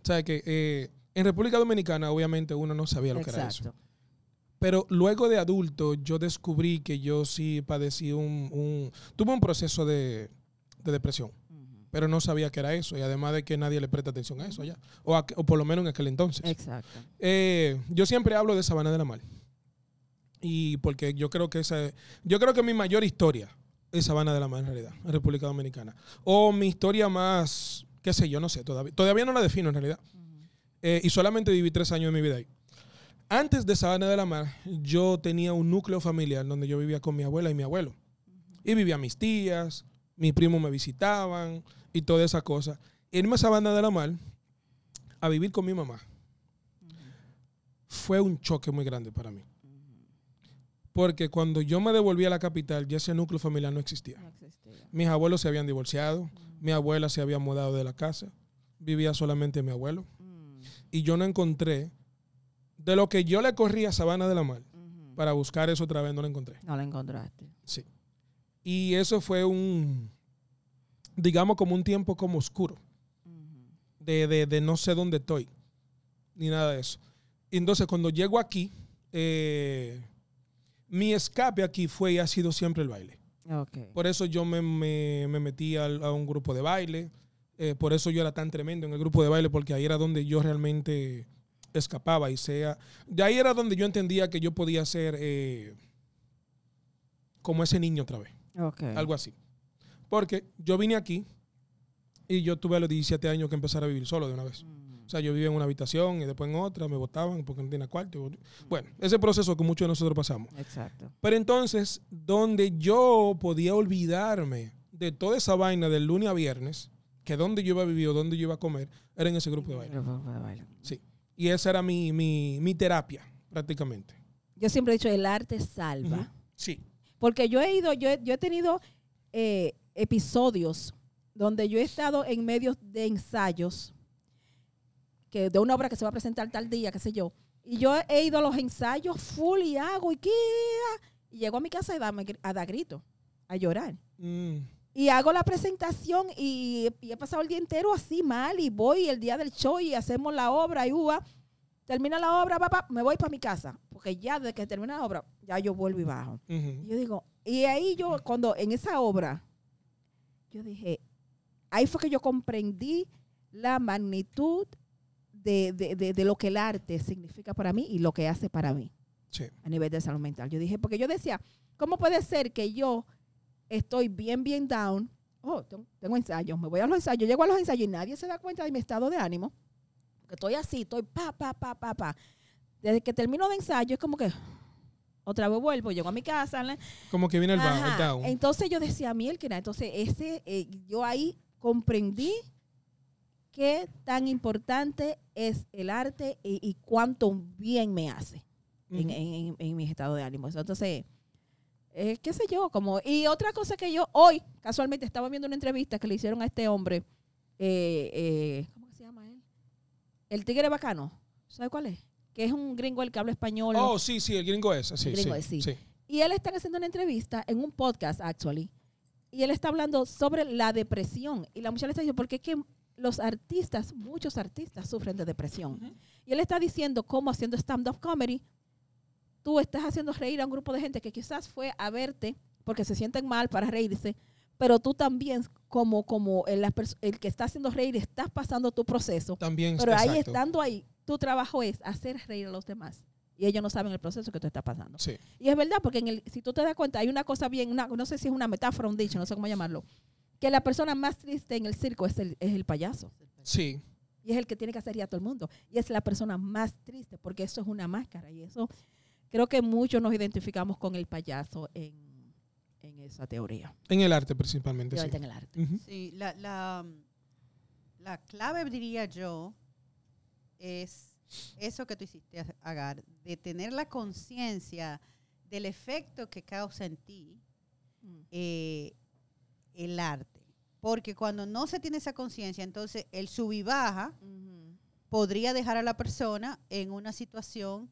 Speaker 2: O sea que eh, en República Dominicana, obviamente, uno no sabía lo que era eso.
Speaker 1: Exacto.
Speaker 2: Pero luego de adulto, yo descubrí que yo sí padecí un. un- tuve un proceso de, de depresión, pero no sabía que era eso. Y además de que nadie le presta atención a eso allá, o, a- o por lo menos en aquel entonces.
Speaker 1: Exacto.
Speaker 2: Eh, yo siempre hablo de Sabana de la Mar. Y porque yo creo que esa yo creo que mi mayor historia es Sabana de la Mar en realidad, en República Dominicana. O mi historia más, qué sé yo, no sé, todavía, todavía no la defino en realidad. Eh, y solamente viví tres años de mi vida ahí. Antes de Sabana de la Mar, yo tenía un núcleo familiar donde yo vivía con mi abuela y mi abuelo. Y vivía mis tías, mis primos me visitaban y toda esa cosa. Irme a Sabana de la Mar a vivir con mi mamá fue un choque muy grande para mí. Porque cuando yo me devolví a la capital, ya ese núcleo familiar no existía. Mis abuelos se habían divorciado, mi abuela se había mudado de la casa, vivía solamente mi abuelo. Y yo no encontré, de lo que yo le corrí a Sabana de la Mar, para buscar eso otra vez no lo encontré.
Speaker 1: No la encontraste.
Speaker 2: Sí. Y eso fue un, digamos, como un tiempo como oscuro, de, de- de no sé dónde estoy, ni nada de eso. Y entonces cuando llego aquí, eh, mi escape aquí fue y ha sido siempre el baile.
Speaker 1: Ok.
Speaker 2: Por eso yo me, me- me metí al- a un grupo de baile. eh, por eso yo era tan tremendo en el grupo de baile, porque ahí era donde yo realmente escapaba y sea... De ahí era donde yo entendía que yo podía ser eh, como ese niño otra vez,
Speaker 1: Ok.
Speaker 2: algo así. Porque yo vine aquí y yo tuve a los 17 años que empezar a vivir solo de una vez. O sea, yo vivía en una habitación y después en otra, me botaban porque no tenía cuarto. Bueno, ese proceso que muchos de nosotros pasamos.
Speaker 1: Exacto.
Speaker 2: Pero entonces, donde yo podía olvidarme de toda esa vaina del lunes a viernes, que donde yo iba a vivir o donde yo iba a comer, era en ese grupo de baile.
Speaker 1: Pero, pero, pero, bueno.
Speaker 2: Sí. Y esa era mi, mi, mi terapia, prácticamente.
Speaker 1: Yo siempre he dicho, el arte salva.
Speaker 2: Ujú. Sí.
Speaker 1: Porque yo he ido, yo he, yo he tenido eh, episodios donde yo he estado en medio de ensayos que de una obra que se va a presentar tal día, qué sé yo. Y yo he ido a los ensayos full y hago y qué. Y llego a mi casa y dame gr- a dar grito, a llorar.
Speaker 2: Mm.
Speaker 1: Y hago la presentación y, y he pasado el día entero así mal y voy el día del show y hacemos la obra y uva. Termina la obra, papá, me voy para mi casa. Porque ya desde que termina la obra, ya yo vuelvo y bajo. Y
Speaker 2: Ujú.
Speaker 1: Yo digo, y ahí yo, cuando en esa obra, yo dije, ahí fue que yo comprendí la magnitud de, de- de- de lo que el arte significa para mí y lo que hace para mí
Speaker 2: Sí.
Speaker 1: a nivel de salud mental. Yo dije, porque yo decía, ¿cómo puede ser que yo estoy bien, bien down? Oh, tengo, tengo ensayos, me voy a los ensayos, llego a los ensayos y nadie se da cuenta de mi estado de ánimo. Que estoy así, estoy pa, pa, pa, pa, pa. Desde que termino de ensayo es como que otra vez vuelvo, llego a mi casa, la-
Speaker 2: Como que viene el, ba- el
Speaker 1: Ajá.
Speaker 2: down.
Speaker 1: Entonces yo decía, Mielkina, entonces ese, eh, yo ahí comprendí qué tan importante es el arte y, y cuánto bien me hace en-
Speaker 2: Ujú.
Speaker 1: en, en- en mis estados de ánimo. Entonces, eh, qué sé yo, como... Y otra cosa que yo hoy, casualmente, estaba viendo una entrevista que le hicieron a este hombre, eh, eh, ¿cómo que se llama él? El tigre bacano, ¿sabe cuál es? Que es un gringo el que habla español.
Speaker 2: Oh, sí, sí, el gringo es. Sí,
Speaker 1: El gringo
Speaker 2: sí,
Speaker 1: es, sí.
Speaker 2: sí.
Speaker 1: Y él está haciendo una entrevista en un podcast, actually. Y él está hablando sobre la depresión. Y la muchacha le está diciendo, porque es que los artistas, muchos artistas sufren de depresión. Y él está diciendo cómo haciendo stand-up comedy, tú estás haciendo reír a un grupo de gente que quizás fue a verte porque se sienten mal para reírse, pero tú también, como, como el, la pers- el que está haciendo reír, estás pasando tu proceso.
Speaker 2: También
Speaker 1: Pero ahí
Speaker 2: exacto.
Speaker 1: estando ahí, tu trabajo es hacer reír a los demás. Y ellos no saben el proceso que tú estás pasando.
Speaker 2: Sí.
Speaker 1: Y es verdad, porque en el, si tú te das cuenta, hay una cosa bien, una, no sé si es una metáfora, un dicho, no sé cómo llamarlo, que la persona más triste en el circo es el, es el payaso.
Speaker 2: Sí.
Speaker 1: Y es el que tiene que hacer reír a todo el mundo. Y es la persona más triste, porque eso es una máscara. Y eso, creo que muchos nos identificamos con el payaso en, en esa teoría,
Speaker 2: En el arte principalmente. Sí.
Speaker 1: obviamente en el arte.
Speaker 2: Ujú.
Speaker 3: Sí, la, la, la clave, diría yo, es eso que tú hiciste, Agar, de tener la conciencia del efecto que causa en ti
Speaker 2: Mm.
Speaker 3: eh, el arte. Porque cuando no se tiene esa conciencia, entonces el sub y baja
Speaker 1: Mm. Ujú.
Speaker 3: podría dejar a la persona en una situación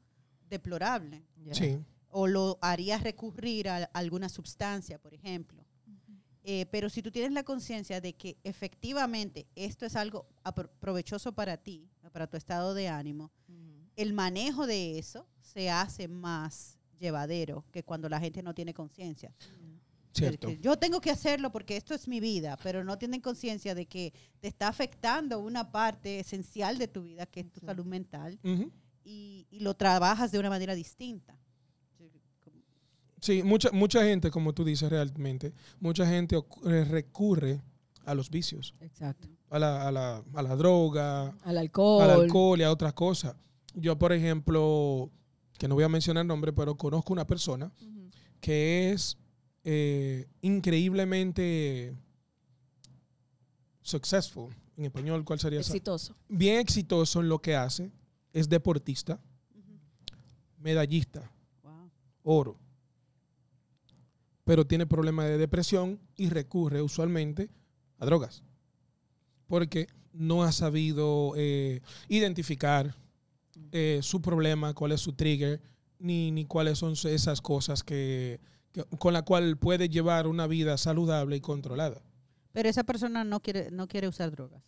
Speaker 3: deplorable
Speaker 1: Ya.
Speaker 2: Sí.
Speaker 3: o lo haría recurrir a alguna sustancia, por ejemplo.
Speaker 1: Mm-hmm.
Speaker 3: Eh, pero si tú tienes la conciencia de que efectivamente esto es algo apro- provechoso para ti, para tu estado de ánimo,
Speaker 1: Ujú.
Speaker 3: el manejo de eso se hace más llevadero que cuando la gente no tiene conciencia. Del
Speaker 2: Cierto.
Speaker 3: que Yo tengo que hacerlo porque esto es mi vida, pero no tienen conciencia de que te está afectando una parte esencial de tu vida, que es tu
Speaker 1: Exacto.
Speaker 3: salud mental,
Speaker 2: Ujú.
Speaker 3: y, y lo trabajas de una manera distinta.
Speaker 2: Sí, mucha, mucha gente, como tú dices realmente, mucha gente ocu- eh, recurre a los vicios,
Speaker 1: Exacto.
Speaker 2: a la, a la, a la droga,
Speaker 1: Al alcohol.
Speaker 2: al alcohol y a otras cosas. Yo, por ejemplo, que no voy a mencionar nombre, pero conozco una persona
Speaker 1: Ujú.
Speaker 2: que es eh, increíblemente successful, en español, ¿cuál sería? esa?
Speaker 1: Exitoso.
Speaker 2: Bien exitoso en lo que hace, es deportista,
Speaker 3: Ujú.
Speaker 2: medallista,
Speaker 3: Wow.
Speaker 2: oro. Pero tiene problemas de depresión y recurre usualmente a drogas. Porque no ha sabido eh, identificar eh, su problema, cuál es su trigger, ni, ni cuáles son esas cosas que, que- con la cual puede llevar una vida saludable y controlada.
Speaker 3: Pero esa persona no quiere, no quiere usar drogas.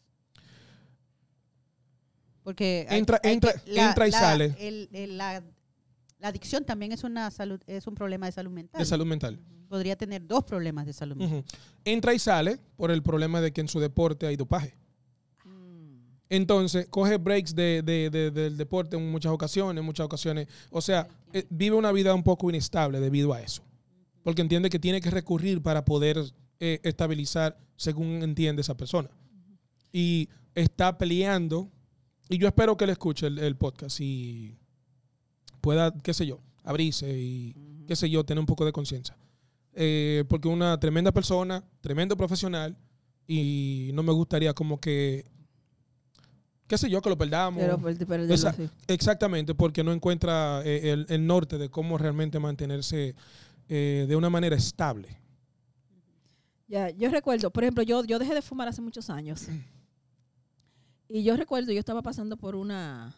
Speaker 3: Porque hay-
Speaker 2: Entra-
Speaker 3: hay
Speaker 2: entra-
Speaker 3: que- la-
Speaker 2: entra y
Speaker 3: la-
Speaker 2: sale.
Speaker 3: el- el- la, la adicción también es una salud, es un problema de salud mental.
Speaker 2: De salud mental.
Speaker 3: Podría tener dos problemas de salud mental.
Speaker 2: Ujú. Entra y sale por el problema de que en su deporte hay dopaje.
Speaker 1: Mm.
Speaker 2: Entonces, coge breaks de, de- de- del deporte en muchas ocasiones, muchas ocasiones. O sea, eh, vive una vida un poco inestable debido a eso. Porque entiende que tiene que recurrir para poder eh, estabilizar, según entiende esa persona. Y está peleando. Y yo espero que él escuche el, el podcast y pueda, qué sé yo, abrirse y, qué sé yo, tener un poco de conciencia. Eh, porque una tremenda persona, tremendo profesional, y no me gustaría como que, qué sé yo, que lo perdamos.
Speaker 1: Pero, pero- pero-
Speaker 2: Esa-
Speaker 1: sí.
Speaker 2: Exactamente, porque no encuentra eh, el, el norte de cómo realmente mantenerse eh, de una manera estable.
Speaker 1: Ya, yo recuerdo, por ejemplo, yo, yo dejé de fumar hace muchos años. Y yo recuerdo, yo estaba pasando por una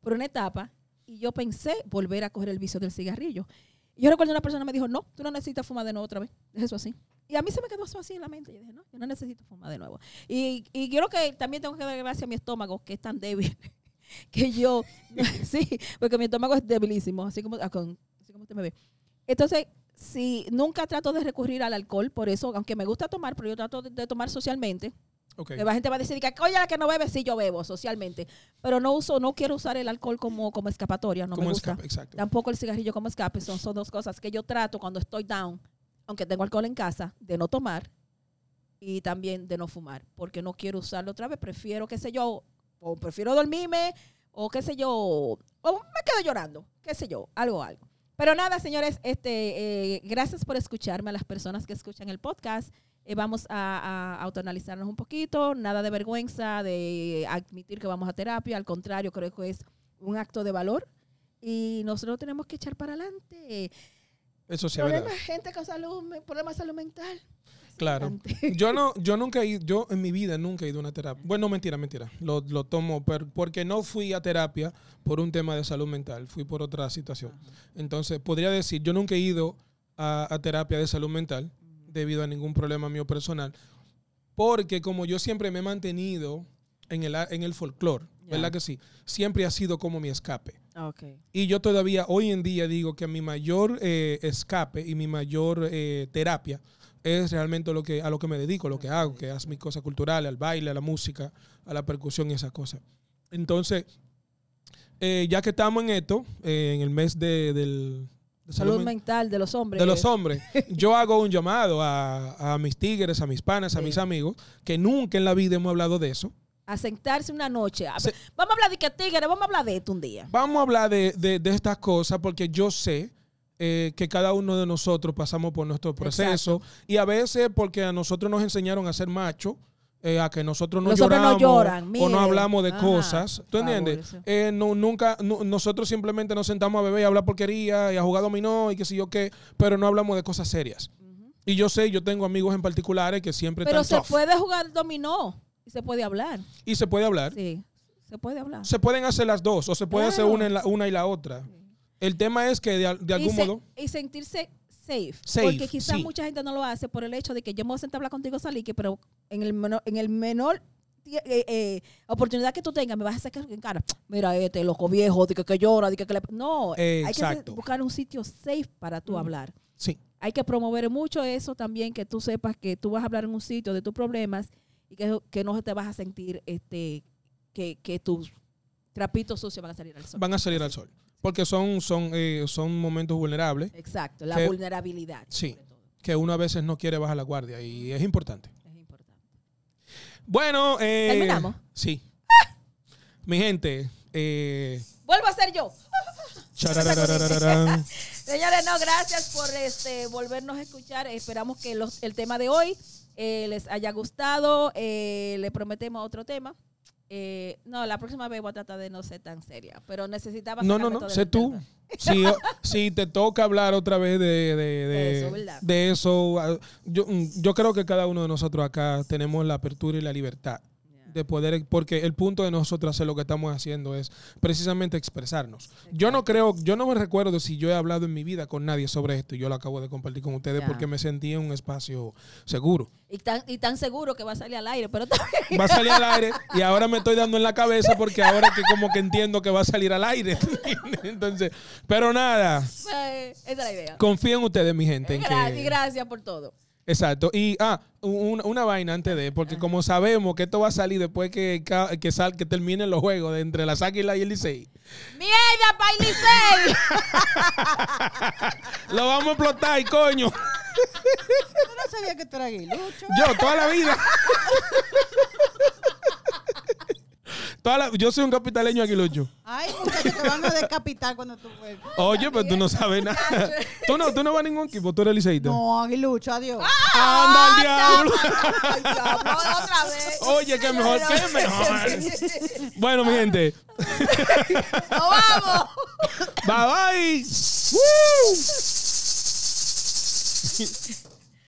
Speaker 1: por una etapa y yo pensé volver a coger el vicio del cigarrillo. Y yo recuerdo una persona me dijo, no, tú no necesitas fumar de nuevo otra vez. Es eso así. Y a mí se me quedó eso así en la mente. Yo dije, no, yo no necesito fumar de nuevo. Y, y creo que también tengo que dar gracias a mi estómago, que es tan débil, que yo, sí, porque mi estómago es debilísimo, así como, ah, con- así como usted me ve. Entonces, si nunca trato de recurrir al alcohol, por eso, aunque me gusta tomar, pero yo trato de, de tomar socialmente.
Speaker 2: Ok.
Speaker 1: La gente va a decir que, oye, la que no bebe, sí, yo bebo socialmente. Pero no uso, no quiero usar el alcohol como, como escapatoria, no
Speaker 2: ¿Cómo
Speaker 1: me gusta.
Speaker 2: escapa? Exacto.
Speaker 1: Tampoco el cigarrillo como escape, son, son dos cosas que yo trato cuando estoy down, aunque tengo alcohol en casa, de no tomar y también de no fumar, porque no quiero usarlo otra vez, prefiero, qué sé yo, o prefiero dormirme, o qué sé yo, o me quedo llorando, qué sé yo, algo, algo. Pero nada, señores, este, eh, gracias por escucharme a las personas que escuchan el podcast. Eh, vamos a, a autoanalizarnos un poquito, nada de vergüenza, de admitir que vamos a terapia, al contrario, creo que es un acto de valor y nosotros tenemos que echar para adelante.
Speaker 2: Eso sí es verdad.
Speaker 4: Problemas, gente con salud, me- problemas de salud mental.
Speaker 2: Claro.
Speaker 1: Adelante.
Speaker 2: Yo no, yo nunca he ido, yo en mi vida nunca he ido a una terapia. Bueno, mentira, mentira. Lo, lo tomo per- porque no fui a terapia por un tema de salud mental, fui por otra situación. Entonces, podría decir, yo nunca he ido a, a terapia de salud mental debido a ningún problema mío personal, porque como yo siempre me he mantenido en el, a- en el folclore,
Speaker 1: Ya.
Speaker 2: ¿verdad que sí? Siempre ha sido como mi escape.
Speaker 1: Ok.
Speaker 2: Y yo todavía hoy en día digo que mi mayor eh, escape y mi mayor eh, terapia es realmente lo que, a lo que me dedico, lo que hago, que es mis cosas culturales, al baile, a la música, a la percusión y esas cosas. Entonces, eh, ya que estamos en esto, eh, en el mes de, del, de
Speaker 1: Salud
Speaker 2: men-
Speaker 1: mental de los hombres.
Speaker 2: de los hombres, yo hago un llamado a, a mis tigres, a mis panas, a
Speaker 1: Sí.
Speaker 2: mis amigos, que nunca en la vida hemos hablado de eso.
Speaker 1: A sentarse una noche. A-
Speaker 2: Se-
Speaker 1: Vamos a hablar de que tigre, vamos a hablar de esto un día.
Speaker 2: Vamos a hablar de, de- de estas cosas porque yo sé eh, que cada uno de nosotros pasamos por nuestro proceso y a veces porque a nosotros nos enseñaron a ser machos, eh, a que nosotros no
Speaker 1: Los hombres no
Speaker 2: lloramos
Speaker 1: lloran,
Speaker 2: o
Speaker 1: miren.
Speaker 2: no hablamos de
Speaker 1: Ajá,
Speaker 2: cosas. ¿Tú
Speaker 1: por favor,
Speaker 2: entiendes?
Speaker 1: eso.
Speaker 2: Eh, no, nunca, no- nosotros simplemente nos sentamos a beber y a hablar porquería y a jugar dominó y qué sé yo qué, pero no hablamos de cosas serias. Y yo sé, yo tengo amigos en particulares que siempre
Speaker 1: Pero se
Speaker 2: están soft.
Speaker 1: puede jugar dominó y se puede hablar.
Speaker 2: y se puede hablar.
Speaker 1: Sí, se puede hablar.
Speaker 2: Se pueden hacer las dos o se puede hacer
Speaker 1: Claro.
Speaker 2: una, en la- una y la otra. El tema es que de, al- de
Speaker 1: y,
Speaker 2: algún
Speaker 1: se-
Speaker 2: modo...
Speaker 1: y sentirse safe.
Speaker 2: Safe,
Speaker 1: Porque quizás
Speaker 2: sí.
Speaker 1: mucha gente no lo hace por el hecho de que yo me voy a sentar a hablar contigo, Salique, pero en el menor, en el menor ti- eh, eh, oportunidad que tú tengas, me vas a sacar en cara. Mira, este loco viejo, de que, que llora, de que, que le... No, hay que hacer-
Speaker 2: Exacto.
Speaker 1: buscar un sitio safe para tú hablar.
Speaker 2: Sí,
Speaker 1: Hay que promover mucho eso también, que tú sepas que tú vas a hablar en un sitio de tus problemas y que, que no te vas a sentir este que, que tus trapitos sucios van a salir al sol.
Speaker 2: van a salir al sol. Porque son, son, eh, son momentos vulnerables
Speaker 1: Exacto, la
Speaker 2: Que-
Speaker 1: vulnerabilidad.
Speaker 2: Sí.
Speaker 1: sobre todo,
Speaker 2: que uno a veces no quiere bajar la guardia y es importante.
Speaker 1: es importante.
Speaker 2: Bueno, eh,
Speaker 1: ¿Terminamos? Ah.
Speaker 2: Sí. Mi gente, eh,
Speaker 4: Vuelvo a ser yo.
Speaker 2: chararararararán.
Speaker 1: Señores, no, gracias por este volvernos a escuchar. Esperamos que los- el tema de hoy eh, les haya gustado. Eh, le prometemos otro tema. Eh, no, la próxima vez voy a tratar de no ser tan seria, pero necesitaba...
Speaker 2: no, no,
Speaker 1: sacarme
Speaker 2: no,
Speaker 1: todo
Speaker 2: sé
Speaker 1: el
Speaker 2: tú.
Speaker 1: tema.
Speaker 2: Si, eh, si te toca hablar otra vez de, de, de-
Speaker 1: eso, ¿verdad?
Speaker 2: de eso, ah, yo, mm, yo creo que cada uno de nosotros acá tenemos la apertura y la libertad de poder, porque el punto de nosotros hacer lo que estamos haciendo es precisamente expresarnos. Yo no creo, yo no me recuerdo si yo he hablado en mi vida con nadie sobre esto, y yo lo acabo de compartir con ustedes
Speaker 1: Ya.
Speaker 2: porque me sentí en un espacio seguro.
Speaker 1: Y tan, y tan seguro que va a salir al aire, pero también...
Speaker 2: Va a salir al aire y ahora me estoy dando en la cabeza porque ahora que como que entiendo que va a salir al aire. Entonces, pero nada,
Speaker 1: eh, esa es la idea.
Speaker 2: confío en ustedes, mi gente. en
Speaker 1: Gra-
Speaker 2: que-
Speaker 1: y gracias por todo.
Speaker 2: Exacto. Y, ah, un- una, una vaina antes de, porque como sabemos que esto va a salir después que, ca- que, sal, que terminen los juegos de entre las Águilas y el Licey,
Speaker 4: ¡Mierda, Pailisei!
Speaker 2: lo vamos a explotar, y coño.
Speaker 3: Yo no sabía que tú eras aguilucho.
Speaker 2: Yo, toda la vida. Toda la- yo soy un capitaleño aguilucho.
Speaker 3: Ay, muchachos, te van a decapitar cuando tú vuelvas.
Speaker 2: Oye, pero tú no sabes nada. Tú no, tú no vas a ningún equipo, tú eres liceísta.
Speaker 3: No, aguilucho, adiós.
Speaker 2: Anda al diablo.
Speaker 4: Ay, diablo, otra vez.
Speaker 2: Oye, qué mejor, qué mejor. Bueno, mi gente.
Speaker 4: ¡No vamos!
Speaker 2: Bye bye.